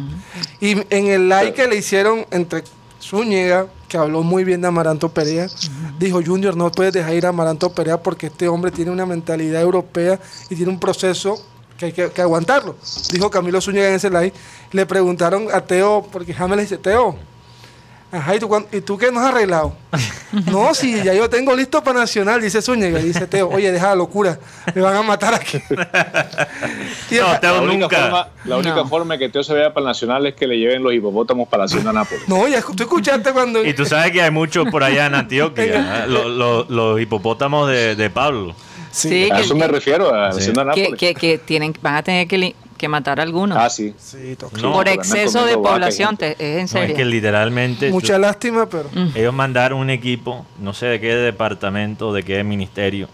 E: Y en el like que le hicieron entre Zúñiga, que habló muy bien de Amaranto Perea, dijo Junior, no puedes dejar ir a Amaranto Perea porque este hombre tiene una mentalidad europea y tiene un proceso que hay que, que aguantarlo. Dijo Camilo Zúñiga en ese like. Le preguntaron a Teo, porque James le dice, Teo, ajá, ¿y tú, cuán- ¿y tú qué nos has arreglado? no, si ya yo tengo listo para Nacional, dice Zúñiga. Dice Teo, oye, deja la locura, me van a
D: (laughs)
E: matar aquí. Y
D: No,
E: el-
D: Teo
F: La única,
D: nunca.
F: forma, la única
C: No.
F: forma que Teo se vea para el Nacional es que le lleven los hipopótamos para la Hacienda Nápoles.
E: no, ya escu- tú escuchaste cuando...
D: Y tú sabes que hay muchos por allá en Antioquia, ¿eh? Lo- lo- los hipopótamos de, de Pablo.
C: Sí,
F: A
C: que-
F: eso me refiero, a la Hacienda
C: que,
F: Nápoles.
C: que- que tienen, van a tener que, li- que matar a algunos.
F: Ah, sí.
E: Sí, toca.
D: No,
C: por
F: porque andan
C: exceso de
F: comiendo vaca y
C: población,
F: gente.
C: te- es en
D: No, es
C: serio.
D: que literalmente tú- Mm.
E: Mucha lástima, pero.
D: ellos mandaron un equipo, no sé de qué departamento, de qué ministerio,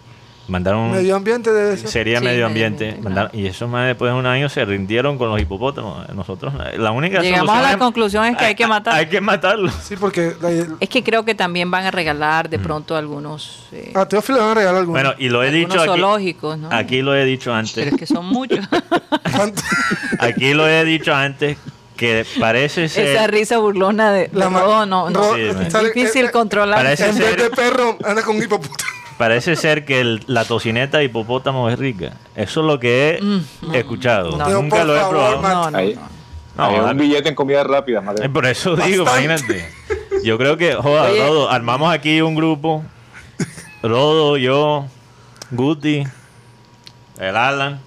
D: mandaron un-
E: Medio ambiente debe ser.
D: sería
C: Sí,
D: medio
C: medio
D: ambiente,
C: ambiente,
D: mandaron- y esos más después de un año se rindieron con los hipopótamos. eh, Nosotros la única
C: Llegamos
D: solución
C: a la
D: es-
C: conclusión es que hay que matar.
D: Hay que matarlos.
E: Sí, porque la-
C: Es que creo que también van a regalar de pronto algunos, eh,
E: a Teófilo le van a regalar alguno.
D: Bueno, y lo he
C: algunos
D: dicho aquí,
C: zoológicos, ¿no?
D: aquí lo he dicho antes.
C: Pero es que son
E: (laughs)
C: muchos.
D: (laughs)
E: ¿Cuánto?
D: Aquí lo he dicho antes que parece
C: Esa
D: ser,
C: risa burlona de,
E: Eh, La
C: de
E: ma-
C: Rodó, no, no.
E: Ro-
D: Sí, man.
E: sale-
C: Difícil
E: eh, eh,
C: controlar.
D: Parece-
E: En vez
D: ser-
E: de perro, anda con hipoputa. (laughs)
D: parece ser que el- la tocineta de hipopótamo es rica. Eso es lo que he escuchado.
C: Mm, no.
E: Pero
D: Nunca
E: por
D: lo he
E: favor,
D: probado.
E: man.
C: No, no, no.
F: Ahí-
D: No,
F: ahí hay
D: vale.
F: un billete en comida rápida,
D: Eh,
F: madre.
D: (laughs) Por eso digo, imagínate. Yo creo que, joda,
C: Oye.
D: Rodo, armamos aquí un grupo. Rodo, yo, Guti, el Alan.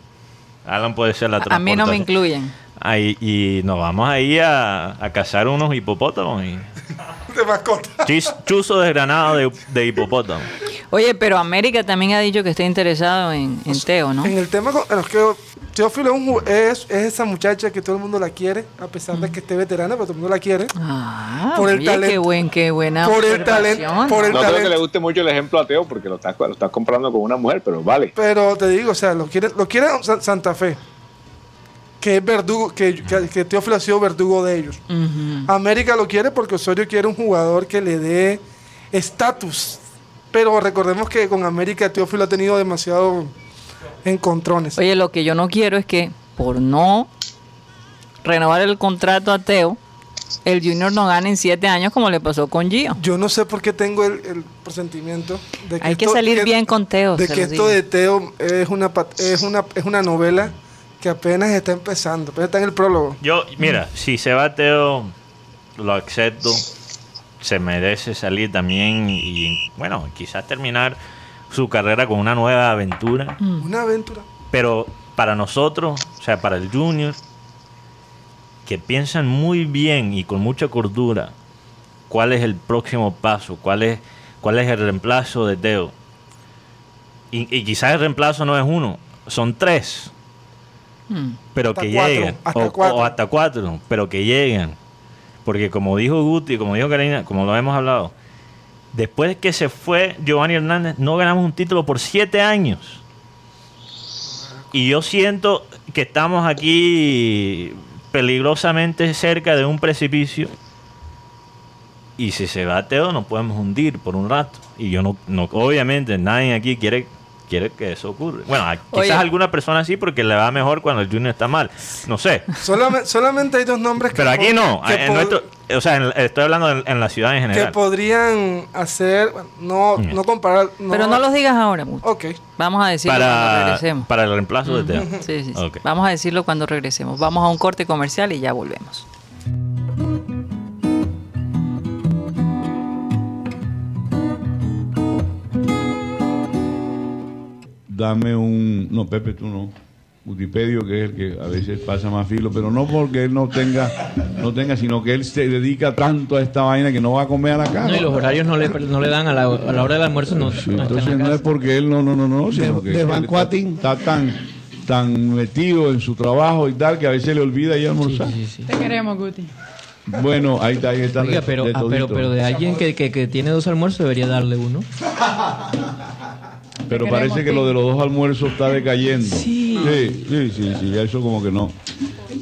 D: Alan puede ser la
C: A mí no me
D: transportación.
C: incluyen.
D: Ahí- y nos vamos ahí a, a cazar unos hipopótamos. Y,
E: De mascota.
D: chis- chuzo desgranado de, de hipopótamo.
C: Oye, pero América también ha dicho que está interesado en, en
E: Pues,
C: Teo, ¿no?
E: En el tema, con- bueno, es que Teófilo es, un ju- es, es esa muchacha que todo el mundo la quiere, a pesar de que esté veterana, pero todo el mundo la quiere.
C: Ah,
E: Por el
C: oye, qué
E: talento.
C: buen, qué buena
E: Por el talento,
C: observación.
E: por el-
F: No creo
E: talento.
F: que le guste mucho el ejemplo a Teo porque lo estás lo estás comprando con una mujer, pero vale.
E: Pero te digo, o sea, lo quiere, lo quiere San- Santa Fe, que es verdugo, que, que, que Teófilo ha sido verdugo de ellos.
C: Ujú.
E: América lo quiere porque Osorio quiere un jugador que le dé estatus. Pero recordemos que con América Teófilo ha tenido demasiado encontrones.
C: Oye, lo que yo no quiero es que por no renovar el contrato a Teo, el Junior no gane en siete años como le pasó con Gio.
E: Yo no sé por qué tengo el, el presentimiento de que
C: Hay que
E: esto-
C: salir
E: que-
C: bien con Teo.
E: De
C: se
E: que
C: los digo.
E: esto de Teo es una, pat- es una es una novela que apenas está empezando, apenas está en el prólogo.
D: Yo, mira, si se va Teo, lo acepto. Se merece salir también y, bueno, quizás terminar su carrera con una nueva aventura.
C: Mm.
E: Una aventura.
D: Pero para nosotros, o sea, para el Junior, que piensan muy bien y con mucha cordura cuál es el próximo paso, cuál es, cuál es el reemplazo de Teo. Y, y quizás el reemplazo no es uno, son tres,
C: Mm.
D: pero
E: Hasta
D: que
E: cuatro,
D: lleguen.
E: hasta
D: o,
E: cuatro.
D: o hasta cuatro, pero que lleguen. Porque como dijo Guti, como dijo Karina, como lo hemos hablado, después que se fue Giovanni Hernández, no ganamos un título por siete años. Y yo siento que estamos aquí peligrosamente cerca de un precipicio. Y si se va Teo, nos podemos hundir por un rato. Y yo no, no obviamente, nadie aquí quiere quiere que eso ocurra. Bueno, a- quizás
C: Oye.
D: alguna persona sí porque le va mejor cuando el Junior está mal. No sé.
E: Solamente, solamente hay dos nombres que,
D: Pero aquí
E: pod-
D: no.
E: que
D: En
E: pod-
D: nuestro- o sea, en- estoy hablando en, en la ciudad en
E: que
D: general.
E: podrían hacer. bueno, no,
D: Mm.
E: no comparar.
C: Pero no los digas ahora mucho.
E: Ok.
C: Vamos a decirlo cuando
D: Para,
C: regresemos.
D: para el reemplazo de Teo.
C: Sí, sí, sí.
D: Ok.
C: Vamos a decirlo cuando regresemos. Vamos a un corte comercial y ya volvemos.
A: dame un. No, Pepe, tú no. Utipedio, que es el que a veces pasa más filo, pero no porque él no tenga, no tenga, sino que él se dedica tanto a esta vaina que no va a comer a la casa.
G: No, y los
H: Ah,
G: horarios no le, no le dan a la, a la hora del almuerzo. No, no está
A: Sí,
G: en la
A: entonces no
G: casa.
A: es porque él no, no, no, no, sino que
H: de
A: él
H: banco
A: está,
H: a tin.
A: está tan, tan metido en su trabajo y tal que a veces le olvida ir a almorzar.
G: Sí, sí.
I: Te queremos, Guti.
A: Bueno, ahí está, ahí está.
G: Oiga,
A: de-
G: pero,
A: de
G: ah, pero,
A: todito.
G: pero de alguien que, que, que tiene dos almuerzos debería darle uno.
A: Pero
I: Te
A: parece que
I: queremos,
A: lo de los dos almuerzos está decayendo.
I: Sí.
A: Sí, sí, sí, sí, ya eso como que no.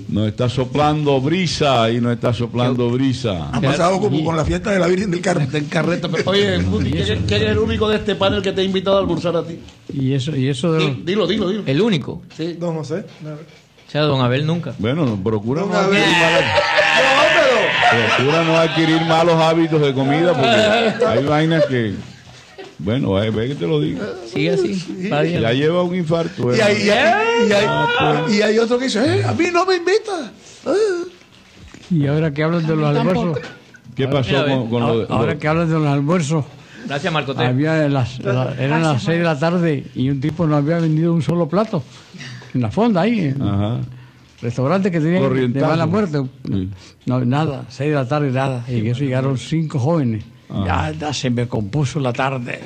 A: Nos está soplando brisa y nos está soplando brisa.
H: Ha pasado como con la fiesta de la Virgen del Carmen. en carreta.
J: Oye, Guti, que eres- que eres el único de este panel que te he invitado a almorzar a ti.
G: Y eso, y eso
J: Di- Dilo, dilo, dilo.
G: El único.
J: Sí.
E: Don José. no.
G: O sea, don Abel nunca.
A: Bueno, no, procura no,
H: Una
A: adquirir
H: (laughs)
A: malos, procura no adquirir malos hábitos de comida porque hay vainas que... Bueno, eh, ve que te lo digo.
G: Sigue así. va bien. Ah, pues.
A: Ya lleva un infarto. eh.
H: Y hay, y hay- y hay- y hay otro que dice, "Eh, a mí no me invita. Ah.
K: Y ahora que hablas de los almuerzos,
A: ¿Qué pasó
G: Mira,
A: con, con lo de-
K: ahora
A: lo-
K: que hablas de los almuerzos,
G: Gracias, Marco. Teo.
K: había de las, la- eran las 6 de la tarde y un tipo no había vendido un solo plato en la fonda ahí, en
A: Ajá.
K: restaurante que tenían de
A: Corrientazo.
K: mala muerte.
A: Sí.
K: No, nada, 6 de la tarde nada. Y que eso llegaron cinco jóvenes. Ya, ya se me compuso la tarde.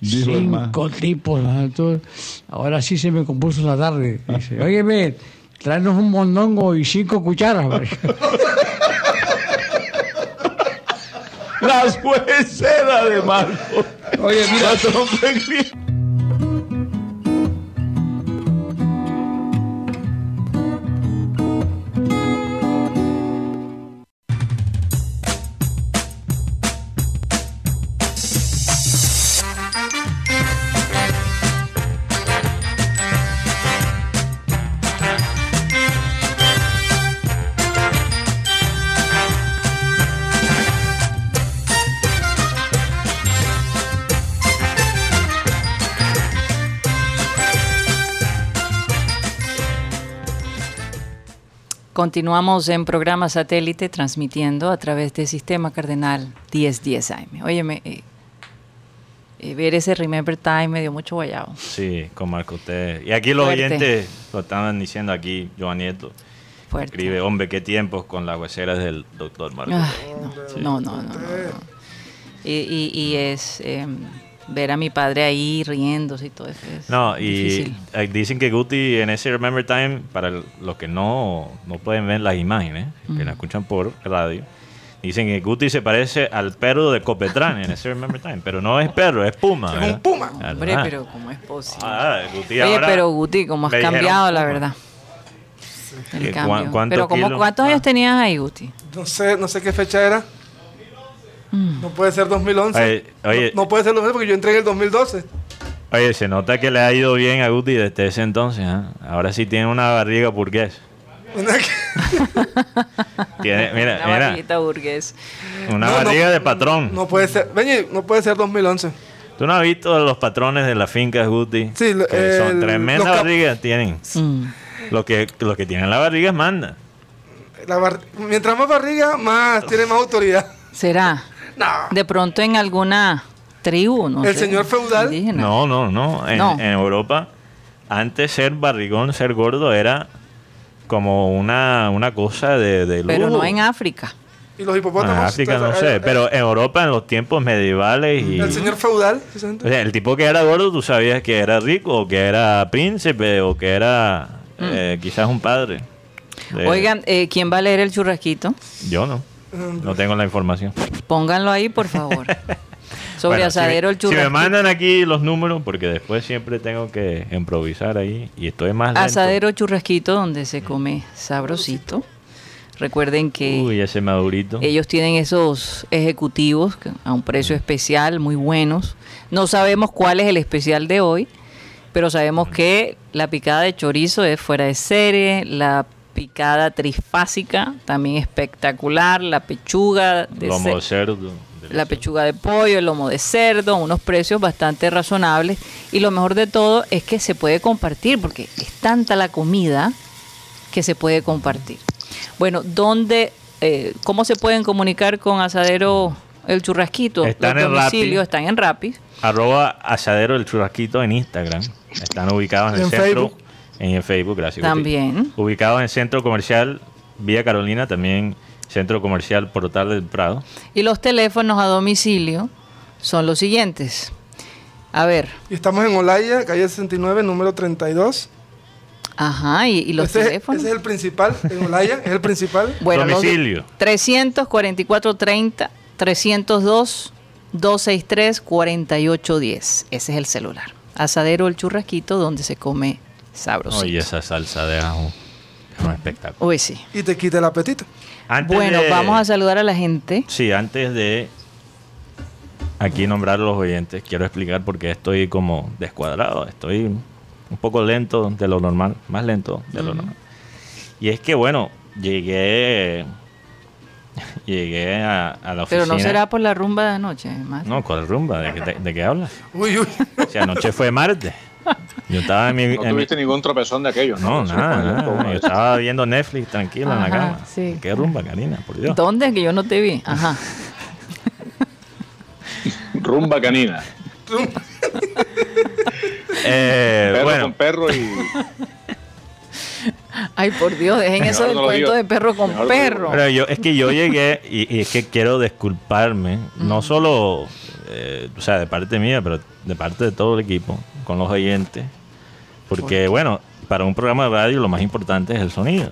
A: Dijo el ma.
K: cinco tipos. ah, todo. Ahora sí se me compuso la tarde. Dice, óyeme, tráenos un mondongo y cinco cucharas. hombre".
A: Las hueseras de Marco.
H: Oye, mira,
A: Patrón Pepe.
C: Continuamos en programa satélite transmitiendo a través del sistema cardenal 1010 AM. Óyeme, eh, eh, ver ese Remember Time me dio mucho guayabo.
D: Sí, con Marco T. Y aquí los
C: Fuerte.
D: oyentes lo estaban diciendo aquí, Joan Nieto.
C: Fuerte.
D: Escribe, hombre, qué tiempos con las hueseras del doctor Marco. T.
C: Ay, no, no, no, no, no, no. Y, y- y es eh, ver a mi padre ahí riéndose y todo eso. es
D: No,
C: difícil.
D: y eh, dicen que Guti en ese Remember Time, para el- los que no, no pueden ver las imágenes, que la
C: Mm.
D: escuchan por radio, dicen que Guti se parece al perro de Copetrán en ese Remember Time, pero no es perro, es puma.
E: un
D: ¿verdad?
E: puma.
C: Hombre,
D: Ajá.
C: pero ¿cómo es posible?
D: Ah, Guti
C: Oye,
D: ahora
C: pero Guti, ¿cómo has
D: me dijeron
C: cambiado, la
D: puma.
C: verdad? El
D: ¿Cu-
C: cambio.
D: cuántos
C: Pero ¿cómo,
D: kilos?
C: ¿cuántos años tenías ahí, Guti?
E: No sé, no sé qué fecha era.
C: Mm.
E: No puede ser 2011.
D: Oye, oye.
E: No, no puede ser 2011 porque yo entré en el 2012.
D: Oye, se nota que le ha ido bien a Guti desde ese entonces. ¿ah? Ahora sí tiene una barriga burgués.
E: Una que-
D: Tiene, Eh, mira,
C: (laughs) Una
D: mira,
C: barriguita burgués.
D: una
E: No, no,
D: barriga de patrón.
E: (laughs) No puede ser. Benji, no puede ser 2011.
D: ¿Tú no has visto los patrones de las fincas Guti?
E: Sí, lo-
D: que son
E: el-
D: tremendas
E: los cap-
D: barrigas tienen.
C: Mm.
D: Los que, los que tienen la barriga manda.
E: La bar- Mientras más barriga, más tiene más autoridad. (laughs)
C: ¿Será?
E: No.
C: De pronto en alguna tribu, no
E: El
C: sé,
E: señor feudal.
C: indígena.
D: No, no, no. En,
C: No.
D: en Europa, antes ser barrigón, ser gordo era como una, una cosa de, de
C: Pero
D: lujo.
C: no en África.
E: Y los
D: Bueno,
E: hipopótamos.
D: en Ah, África no
E: entonces,
D: sé,
E: eh,
D: pero en Europa en los tiempos medievales y...
E: El señor feudal. ¿sí se
D: O
E: entiende?
D: sea, el tipo que era gordo, tú sabías que era rico, o que era príncipe, o que era eh, quizás un padre. Eh,
C: Mm. Oigan, eh, ¿quién va a leer el churrasquito?
D: Yo no. No tengo la información.
C: Pónganlo ahí, por
D: (laughs)
C: favor. Sobre
D: Bueno, si me-
C: asadero el
D: si me,
C: churrasquito.
D: mandan aquí los números, porque después siempre tengo que improvisar ahí y estoy más lento.
C: Asadero churrasquito donde se come sabrosito. Recuerden que
D: Uy, ese madurito.
C: ellos tienen esos ejecutivos que- a un precio especial, muy buenos. No sabemos cuál es el especial de hoy, Pero sabemos que la picada de chorizo es fuera de serie, la picada trifásica también espectacular, la pechuga de
D: Lomo
C: ce-
D: de cerdo.
C: la pechuga de pollo, el lomo de cerdo, unos precios bastante razonables. Y lo mejor de todo es que se puede compartir, porque es tanta la comida que se puede compartir. Bueno, ¿dónde, eh, ¿cómo se pueden comunicar con Asadero El Churrasquito?
D: Están
C: Los
D: en
C: domicilios
D: Rappi.
C: están en Rappi.
D: Arroba asadero del churrasquito en Instagram. Están ubicados en el
E: En
D: centro.
E: Facebook.
D: En el Facebook, gracias. Guti.
C: También.
D: Ubicados en el centro comercial Vía Carolina, también centro comercial Portal del Prado.
C: Y los teléfonos a domicilio son los siguientes. A ver,
E: Y estamos en Olaya, calle 69, número 32.
C: ajá, y, y los
E: Ese es-
C: teléfonos.
E: ese es el principal, en Olaya, es el principal.
C: (laughs) Bueno, los-
D: Domicilio.
C: 344-30, 302-263-4810. Ese es el celular. Asadero El Churrasquito, donde se come sabroso.
D: Oye, esa salsa de ajo. Es un espectáculo.
C: Uy, sí.
E: Y te quita el apetito.
D: Antes
C: Bueno,
D: de-
C: vamos a saludar a la gente.
D: Sí, antes de aquí nombrar a los oyentes, quiero explicar por qué estoy como descuadrado. Estoy un poco lento de lo normal, más lento de lo normal. Y es que, bueno, llegué, (laughs) llegué a, a la oficina.
C: Pero no será por la rumba de anoche, Mario.
D: No, ¿cuál rumba? ¿De, qué- de, de qué hablas?
E: Uy, uy.
D: O sea, anoche fue martes. Yo estaba en mi...
F: No
D: en mi-
F: tuviste ningún tropezón de aquellos, ¿no?
D: no,
F: (laughs)
D: nada, nada. Yo estaba viendo Netflix tranquilo en la
C: Ajá,
D: cama.
C: sí.
D: ¿Qué rumba, Karina? Por Dios.
C: ¿Dónde? Que yo no te vi.
D: (laughs)
C: Ajá.
F: Rumba canina.
D: Eh,
F: Perro
D: bueno,
F: con perro y.
D: (laughs)
C: Ay, por Dios, dejen eso
F: Mejor
C: del
F: no lo
C: cuento
F: digo.
C: de perro con
F: Mejor no lo
C: perro.
D: Pero yo, es que yo llegué y, y es que quiero disculparme, no solo, eh, o sea, de parte mía, pero de parte de todo el equipo, con los oyentes, porque bueno, para un programa de radio lo más importante es el sonido.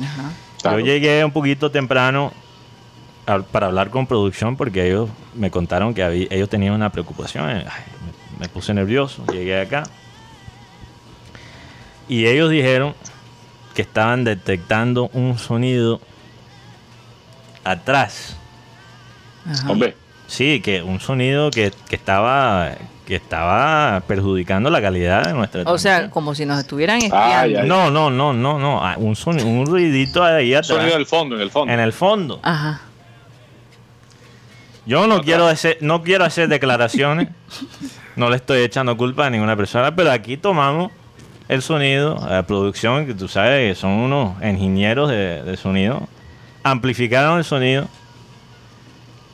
C: Ajá.
F: Claro.
D: Yo llegué un poquito temprano a- para hablar con producción porque ellos me contaron que habí- ellos tenían una preocupación. eh, ay, me, me puse nervioso, llegué acá. Y ellos dijeron que estaban detectando un sonido atrás.
C: Ajá.
F: Hombre,
D: Sí, que un sonido que, que estaba que estaba perjudicando la calidad de nuestra
C: O sea,
D: transmisión.
C: como si nos estuvieran
F: Ay,
C: espiando.
F: ay.
D: no, no, no, no, no, ah, un sonido, un ruidito ahí
F: sonido
D: atrás
F: del fondo, en el fondo.
D: en el fondo.
C: Ajá.
D: Yo no quiero hacer, no quiero hacer declaraciones. no le estoy echando culpa a ninguna persona, pero aquí tomamos el sonido, la producción, que tú sabes que son unos ingenieros de, de sonido. Amplificaron el sonido.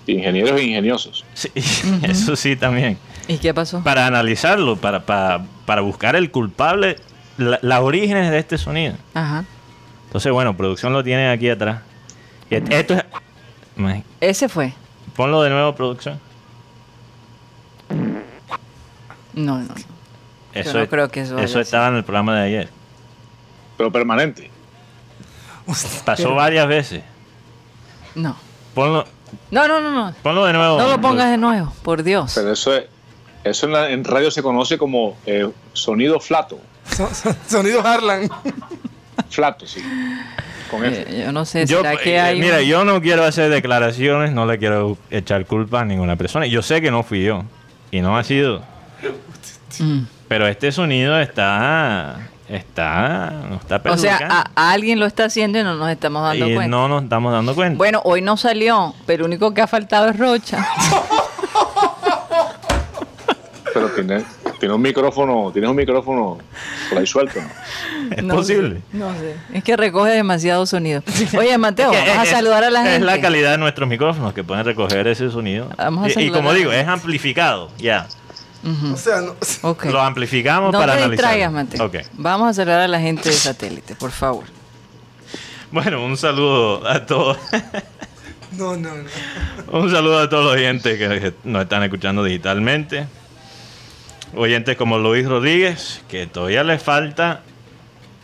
F: Ingenieros e ingeniosos.
D: Sí, (laughs) Eso sí también.
C: ¿Y qué pasó?
D: Para analizarlo, para, para, para buscar el culpable, la- las orígenes de este sonido.
C: Ajá.
D: Entonces, bueno, producción lo tiene aquí atrás. Y et- Esto es... Ma-
C: Ese fue.
D: Ponlo de nuevo, producción.
C: No, no. no.
D: Eso,
C: no
D: es-
C: creo que eso haya
D: eso
C: sido.
D: estaba en el programa de ayer.
F: Pero permanente.
D: Pasó varias veces.
C: No.
D: Ponlo,
C: No, no, no, no.
D: ponlo de nuevo.
C: No lo pongas de nuevo, por Dios.
F: Pero eso es. Eso en, la- en radio se conoce como eh, sonido flato.
E: Son- son- Sonido Harlan.
F: Flato, sí. Con este. F.
C: Eh, Yo no sé,
D: Yo-
C: ¿será que
D: eh,
C: hay
D: mira,
C: un-
D: yo no quiero hacer declaraciones, no le quiero echar culpa a ninguna persona. Yo sé que no fui yo. Y no ha sido.
C: Mm.
D: Pero este sonido está... Está... Nos está
C: O sea,
D: perjudicando.
C: a, a alguien lo está haciendo y no nos estamos dando
D: y
C: cuenta.
D: no nos estamos dando cuenta.
C: Bueno, hoy no salió, pero lo único que ha faltado es
D: (laughs)
C: Rocha.
F: Pero tiene, tiene un micrófono, tienes un micrófono por ahí suelto. ¿no?
D: es
C: No
D: posible.
C: sé, no sé. Es que recoge demasiado sonido. Oye, Mateo,
D: (laughs) Es que
C: vamos a
D: es-
C: saludar a la gente.
D: Es la calidad de nuestros micrófonos que pueden recoger ese sonido.
C: Vamos a
D: y, y
C: saludar
D: como
C: a la
D: digo,
C: gente.
D: es amplificado. Ya.
E: O sea, no-
C: Ok.
D: Lo amplificamos
C: No
D: para
C: te
D: analizar.
C: distraigas, Mateo.
D: Ok.
C: Vamos a saludar a la gente de satélite, por favor.
D: Bueno, un saludo a todos.
E: no, no, no.
D: un saludo a todos los oyentes que nos están escuchando digitalmente. Oyentes como Luis Rodríguez, que todavía le falta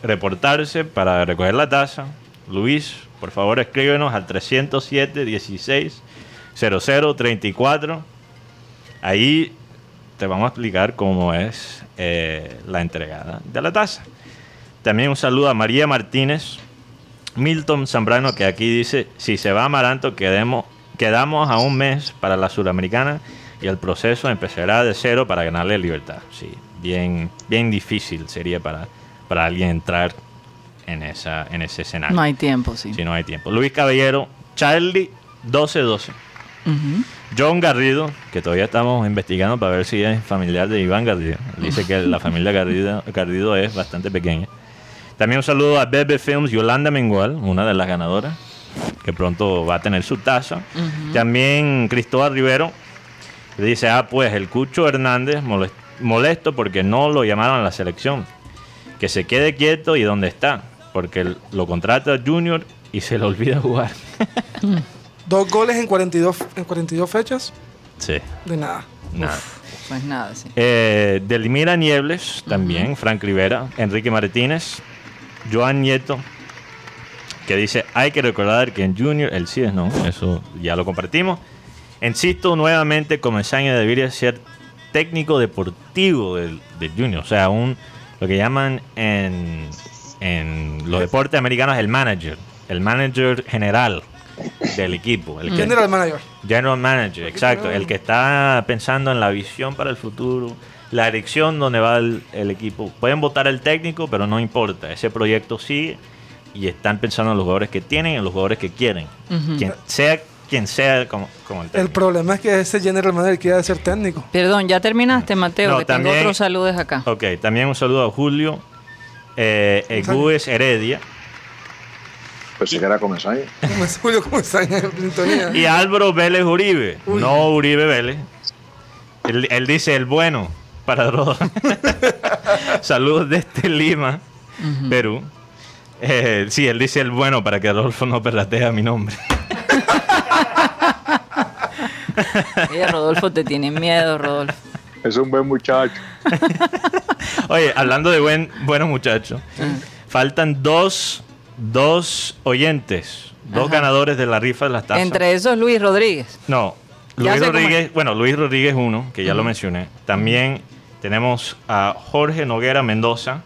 D: reportarse para recoger la taza. Luis, por favor, escríbenos al 307 16 00 34. Ahí te vamos a explicar cómo es eh, la entregada de la taza. También un saludo a María Martínez, Milton Zambrano, que aquí dice, si se va Amaranto, quedemos, quedamos a un mes para la suramericana y el proceso empezará de cero para ganarle libertad. Sí, bien, bien difícil sería para, para alguien entrar en, esa, en ese escenario.
C: No hay tiempo, sí.
D: Si no hay tiempo. Luis Caballero, Charlie 1212.
C: Ujú.
D: John Garrido, que todavía estamos investigando para ver si es familiar de Iván Garrido. Él Dice que la familia Garrido, Garrido es bastante pequeña. También un saludo a Bebe Films, Yolanda Mengual, una de las ganadoras, que pronto va a tener su taza. También Cristóbal Rivero, que dice, ah, pues el Cucho Hernández molest- molesto porque no lo llamaron a la selección. Que se quede quieto y donde está, porque el- lo contrata Junior y se le olvida jugar. (laughs)
E: Dos goles en 42, en 42 fechas,
D: Sí,
E: de nada.
D: nada.
C: Pues nada, sí.
D: Eh, Delmira Niebles también, Frank Rivera, Enrique Martínez, Joan Nieto, que dice, hay que recordar que en Junior el sí es no, eso ya lo compartimos. Insisto nuevamente, Comesaña debería ser técnico deportivo del, del Junior, o sea, un, lo que llaman en, en los deportes americanos el manager, el manager general del equipo, el que
E: ¿Quién era el manager?
D: General Manager, exacto. El que está pensando en la visión para el futuro, la dirección donde va el, el equipo. Pueden votar al técnico, pero no importa. Ese proyecto sigue y están pensando en los jugadores que tienen y en los jugadores que quieren. Quien sea quien sea como, como el
E: El
D: técnico.
E: problema es que ese general manager quiere ser técnico.
C: Perdón, ya terminaste, Mateo,
D: Ah. No,
C: que
D: también-
C: tengo otros saludos acá.
D: ok, también un saludo a Julio eh, Egúes Heredia
F: Pues se queda comenzar. ahí.
E: Como es Julio, como está en el sintonía.
D: y Álvaro Vélez Uribe. No Uribe Vélez. Él, él dice el bueno para todos. (laughs) Saludos desde Lima, Perú. Eh, sí, él dice el bueno para que Adolfo no perratea mi nombre. (laughs)
C: Eh, Rodolfo, te tiene miedo, Rodolfo.
F: Es un buen muchacho.
D: Oye, hablando de buen, buenos muchachos, faltan dos, dos oyentes, dos ganadores de la rifa de las tazas.
C: Entre esos, Luis Rodríguez.
D: No,
C: Ya
D: Luis
C: sé cómo es.
D: Rodríguez, bueno, Luis Rodríguez uno, que ya lo mencioné. También tenemos a Jorge Noguera Mendoza,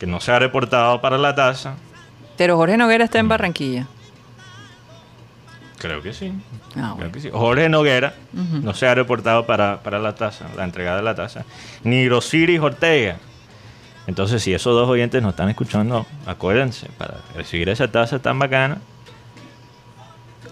D: que no se ha reportado para la taza.
C: Pero Jorge Noguera está en Barranquilla.
D: Creo que sí.
C: Ah,
D: Creo
C: bueno.
D: que sí. Jorge Noguera no se ha reportado para, para la taza, la entregada de la taza. Ni Rosiris Ortega. Entonces, si esos dos oyentes nos están escuchando, acuérdense, para recibir esa taza tan bacana,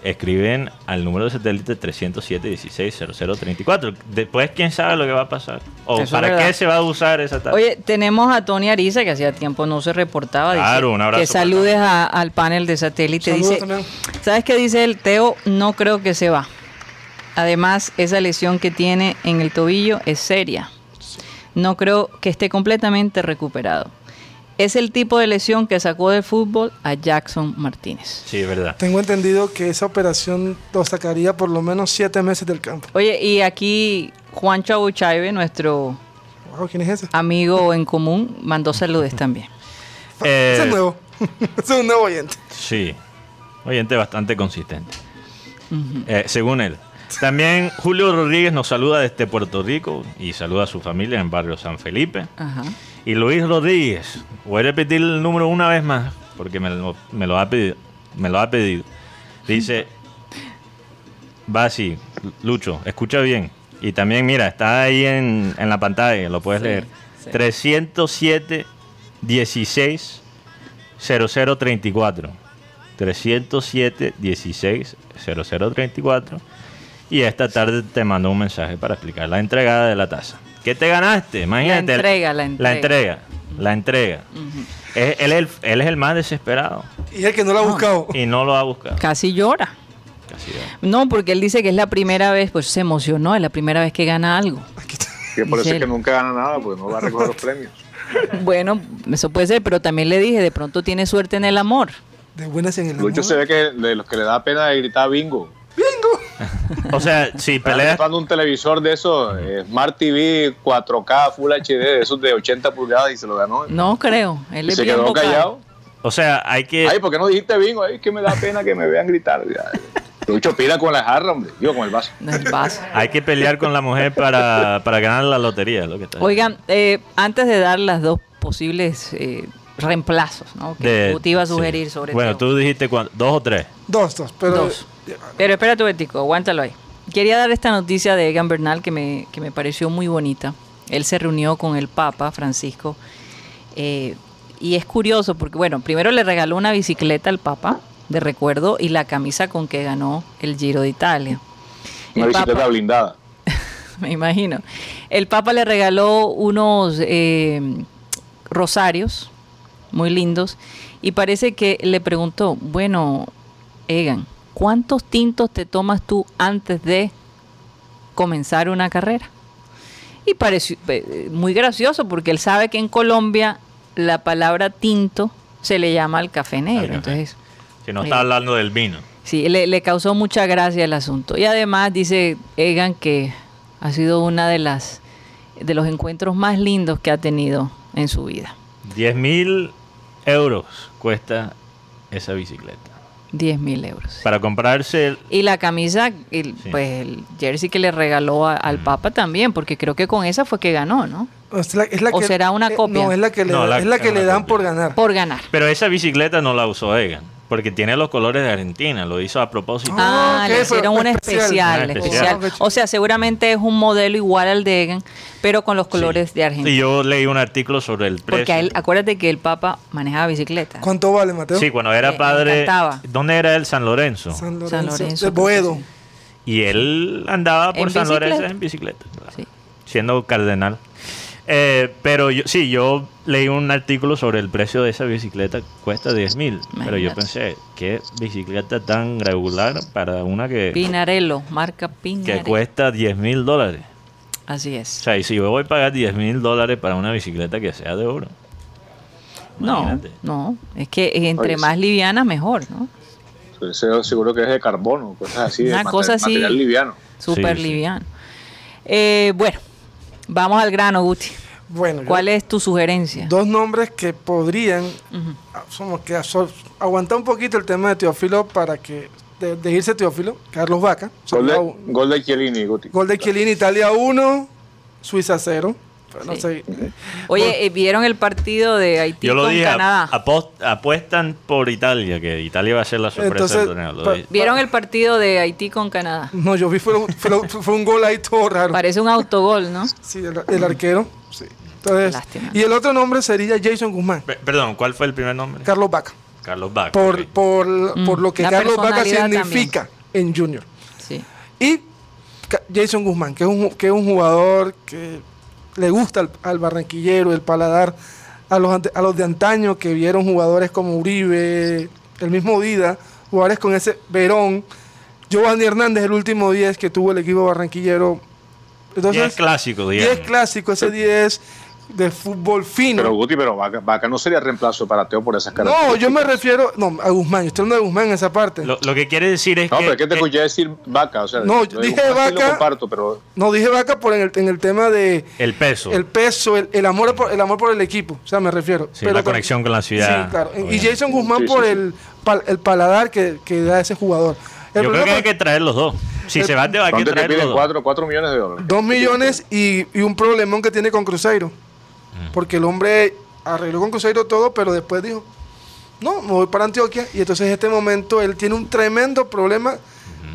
D: escriben al número de satélite 307-16-0034. Después, quién sabe lo que va a pasar. O
C: Eso es
D: para
C: verdad.
D: qué se va a usar esa taza.
C: Oye, tenemos a Tony Ariza, que hacía tiempo no se reportaba. dice
D: Claro, un abrazo
C: Que
D: para
C: saludes a- al panel de satélite.
E: Saludos
C: Dice,
E: también.
C: ¿Sabes qué dice el Teo? No creo que se va. Además, esa lesión que tiene en el tobillo es seria. No creo que esté completamente recuperado. Es el tipo de lesión que sacó del fútbol a Jackson Martínez.
D: Sí, es verdad.
E: Tengo entendido que esa operación lo sacaría por lo menos siete meses del campo.
C: Oye, y aquí Juancho Abuchaibe, nuestro
E: Wow, ¿Quién es ese?
C: amigo en común, mandó saludes también.
D: Eh,
E: Ese es nuevo. (laughs) ese es un nuevo oyente.
D: Sí, oyente bastante consistente. Eh, según él. También Julio Rodríguez nos saluda desde Puerto Rico y saluda a su familia en barrio San Felipe.
C: Ajá.
D: Y Luis Rodríguez, voy a repetir el número una vez más porque me lo, me lo ha, pedido, me lo ha pedido.
C: (laughs)
D: Dice, va así, Lucho, escucha bien. Y también mira, está ahí en, en la pantalla, lo puedes
C: Sí,
D: leer.
C: sí.
D: 307 16 0034. 307 16 0034. Y esta tarde te mando un mensaje para explicar la entregada de la taza. ¿Qué te ganaste? Imagínate. el-
C: entrega, la entrega.
D: La entrega. la entrega. Es- él, es el- él es el más desesperado
E: Y el que no lo ha buscado.
C: Eh.
D: y no lo ha buscado.
C: Casi llora.
D: Casi ya.
C: No, porque él dice que es la primera vez, pues se emocionó, es la primera vez que gana algo.
F: Que por eso es
C: Michelle.
F: que nunca gana nada, porque no va a recoger los premios.
C: Bueno, eso puede ser, pero también le dije, de pronto tiene suerte en el amor.
E: De buenas en el
F: Lucho
E: amor.
F: se ve que de los que le da pena de gritar bingo.
D: O sea, si
F: Está
D: peleas
F: comprando un televisor de esos, eh, Smart TV 4K, Full HD, de esos de 80 pulgadas y se lo ganó.
C: No creo, él
F: Y
C: es
F: se
C: bien
F: quedó
C: vocal.
F: callado.
D: O sea, hay
E: Eh.
D: que.
F: Ay, ¿por qué no dijiste bingo? Ay, que me da pena que me vean gritar. Ya. Lucho pira con la jarra, hombre. Digo, con el vaso.
C: No, el vaso.
D: Hay que pelear con la mujer para, para ganar la lotería, es lo que está diciendo.
C: Oigan, eh, antes de dar las dos posibles eh, reemplazos, ¿no? Que
D: De-
C: Guti iba a
D: sí.
C: sugerir sobre
D: Bueno,
C: todo.
D: tú dijiste cuan- dos o tres.
E: Dos, dos. Pero
C: Dos. Pero espera tu aguántalo ahí. Quería dar esta noticia de Egan Bernal que me, que me pareció muy bonita. Él se reunió con el Papa Francisco. eh, y es curioso porque, bueno, primero le regaló una bicicleta al Papa, de recuerdo, y la camisa con que ganó el Giro de Italia.
F: Una
C: El
F: bicicleta
C: Papa-
F: blindada.
C: (laughs) me imagino. El Papa le regaló unos eh, rosarios muy lindos y parece que le preguntó, bueno, Egan, ¿cuántos tintos te tomas tú antes de comenzar una carrera? Y pareció eh, muy gracioso porque él sabe que en Colombia la palabra tinto se le llama al café negro.
D: café.
C: Entonces,
D: Si no está hablando del vino.
C: Sí, le, le causó mucha gracia el asunto. Y además dice Egan que ha sido una de las de los encuentros más lindos que ha tenido en su vida.
D: 10 mil euros cuesta esa bicicleta.
C: 10 mil euros.
D: Para comprarse el-
C: Y la camisa, el,
D: Sí.
C: pues el jersey que le regaló a- al Papa también, porque creo que con esa fue que ganó, ¿no?
E: Es la- es la
C: ¿O
E: que-
C: será una
E: eh,
C: copia?
E: No, es la que le,
D: No, la-
E: es la que
D: es una
E: le dan
D: copia.
E: por ganar.
C: Por ganar.
D: Pero esa bicicleta no la usó Egan, porque tiene los colores de Argentina, lo hizo a propósito.
C: Ah,
E: ok,
C: le
E: pero
C: hicieron un
E: especial.
C: especial,
D: Ah,
C: especial.
E: especial.
C: O sea, seguramente es un modelo igual al de Egan, pero con los colores de Argentina.
D: Y yo leí un artículo sobre el precio.
C: Porque a él, acuérdate que el Papa manejaba bicicleta.
E: ¿Cuánto vale, Mateo?
D: Sí, cuando
C: Le
D: era padre.
C: encantaba.
D: ¿Dónde era él? San Lorenzo.
E: San Lorenzo.
C: San Lorenzo,
E: de Boedo.
D: Y él andaba por
C: ¿En
D: San Lorenzo
C: bicicleta?
D: en bicicleta, claro,
C: Sí.
D: siendo cardenal. Eh, pero yo, sí, yo leí un artículo sobre el precio de esa bicicleta, cuesta 10 mil. Pero yo
C: Imagínate.
D: pensé, qué bicicleta tan regular para una que,
C: Pinarello, marca Pinarello.
D: que cuesta 10 mil dólares.
C: Así
D: O
C: es.
D: sea, y si yo voy a pagar 10 mil dólares para una bicicleta que sea de oro.
C: No,
D: Imagínate.
C: no, es que entre
F: Oye, sí.
C: más liviana mejor, ¿no?
F: Eso seguro que es de carbono, cosas así, de
C: Una
F: mate-
C: cosa así.
F: material liviano.
C: Súper
D: sí.
C: liviano. Eh, bueno, vamos al grano, Guti.
E: Bueno, yo-
C: ¿Cuál es tu sugerencia?
E: dos nombres que podrían ah, somos que absor- aguantar un poquito el tema de Teófilo para que de, de irse Teófilo, Carlos Vaca,
F: Gol
E: Serbia
F: de,
E: u-
F: gol de Chiellini, Guti.
E: gol de Chiellini, Italia 1, Suiza 0. No
C: Sí.
E: sé,
C: Oye, eh, ¿vieron el partido de Haití
D: Yo lo
C: con
D: dije, ap-
C: Canadá?
D: apos- apuestan por Italia, que Italia va a ser la sorpresa
E: Entonces,
D: del torneo. lo
E: pa-
D: dije.
C: ¿Vieron el partido de Haití con Canadá?
E: No, yo vi, fue, un- fue un- fue un gol ahí todo raro.
C: Parece un autogol, ¿no?
E: Sí, el, el arquero. Sí. Entonces,
C: Lástima.
E: y el otro nombre sería Jason Guzmán,
D: Pe- Perdón, ¿cuál fue el primer nombre?
E: Carlos Vaca,
D: Carlos Bach.
E: por,
D: ok.
E: por, por lo que
C: Mm, la
E: Carlos Vaca
C: personalidad
E: significa en Junior.
C: Sí.
E: Y Ca- Jason Guzmán, que es un, que es un jugador que le gusta al, al barranquillero, el paladar, a los, ante- a los de antaño que vieron jugadores como Uribe, el mismo Dida, jugadores con ese Verón, Giovanni Hernández, el último 10 que tuvo el equipo barranquillero.
D: Y es
E: Entonces,
D: clásico, digamos.
E: 10 clásico, ese 10 de fútbol fino.
F: Pero Guti, pero Vaca, Vaca no sería reemplazo para Teo por esas
E: no,
F: características.
E: yo me refiero no, a Guzmán, yo estoy hablando de Guzmán en esa parte.
D: Lo, lo que quiere decir es
F: No,
D: que...
F: pero es que te
D: eh,
F: escuché decir Vaca, o sea,
E: No,
F: lo
E: yo
F: de
E: dije
F: Guzmán sí
E: Vaca-
F: lo comparto, pero
E: no dije vaca por en el, en el tema de
D: el peso.
E: el peso, el, el amor por el amor por el equipo, o sea, me refiero.
D: Sí, la conexión con la ciudad,
E: Sí, claro. Y
D: obviamente.
E: Jason Guzmán
F: Sí, sí,
E: por
F: sí.
E: El, pal- el paladar que, que da ese jugador. El
D: Yo creo
E: problema
D: que hay que
E: es
D: traer los dos. Si
E: el-
D: se van, te va a que
F: ¿dónde te
D: traer los
F: piden
D: dos.
F: 4 cuatro millones de dólares?
E: dos millones y, y un problemón que tiene con Cruzeiro,
D: Mm.
E: porque el hombre arregló con Cruzeiro todo, pero después dijo, no, me voy para Antioquia y entonces en este momento él tiene un tremendo problema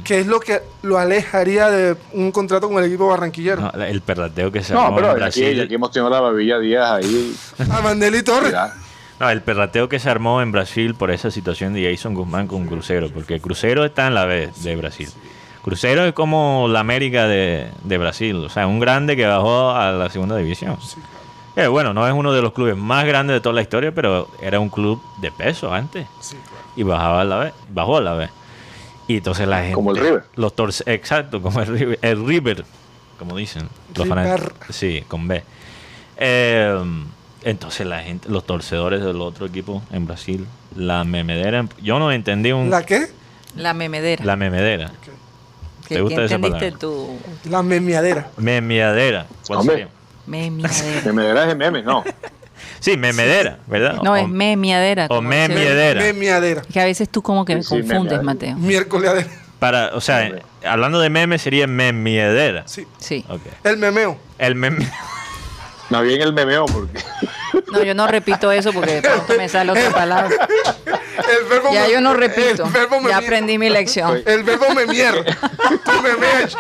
E: que es lo que lo alejaría de un contrato con el equipo barranquillero.
D: No, la- el perlateo que se
F: No,
D: armó
F: pero
D: en
F: aquí,
D: Brasil.
F: aquí hemos tenido la babilla Díaz ahí.
E: A Mandeli Torres.
F: ya.
D: No, el perrateo que se armó en Brasil por esa situación de Jason Guzmán con Crucero, porque Crucero está en la B de Brasil. Crucero es como la América de, de Brasil, o sea, un grande que bajó a la segunda división. Eh, bueno, no es uno de los clubes más grandes de toda la historia, pero era un club de peso antes. Y bajaba a la B, bajó a la B. Y entonces la gente...
F: Como el River.
D: Los torce- exacto, como el River, el River, como dicen. Los
E: River.
D: fanáticos. Sí, con B. Eh, entonces la gente, los torcedores del otro equipo en Brasil, la memedera, en- yo no entendí un,
E: ¿La
D: la,
E: qué?
C: La memedera.
D: memedera,
C: ¿Qué,
D: ¿te gusta
C: qué
D: esa
C: entendiste
D: palabra?
C: tú?
E: La memeadera.
D: memedera, ¿cuál
F: Hombre.
D: sería?
C: Memiadera.
F: Memedera es de memes, no.
D: Sí, memedera, ¿verdad?
C: No,
D: O-
C: es memiadera.
D: o
C: como se dice.
D: memiadera. Memeadera.
E: Memeadera.
C: Que a veces tú como que me
F: Sí, sí,
C: confundes,
F: memeadera.
C: Mateo.
E: Miércoles adera.
D: para, o sea,
F: Hombre.
D: hablando de meme sería memedera.
E: Sí.
C: Sí.
D: Ok.
E: El memeo.
D: El meme, (laughs)
F: No bien el memeo, porque.
C: No, yo no repito eso porque de pronto me sale otra palabra.
E: El verbo
C: Ya
E: me-
C: yo no repito.
E: El verbo
C: Ya
E: memear.
C: aprendí mi lección.
E: El verbo memear. Tú memeas.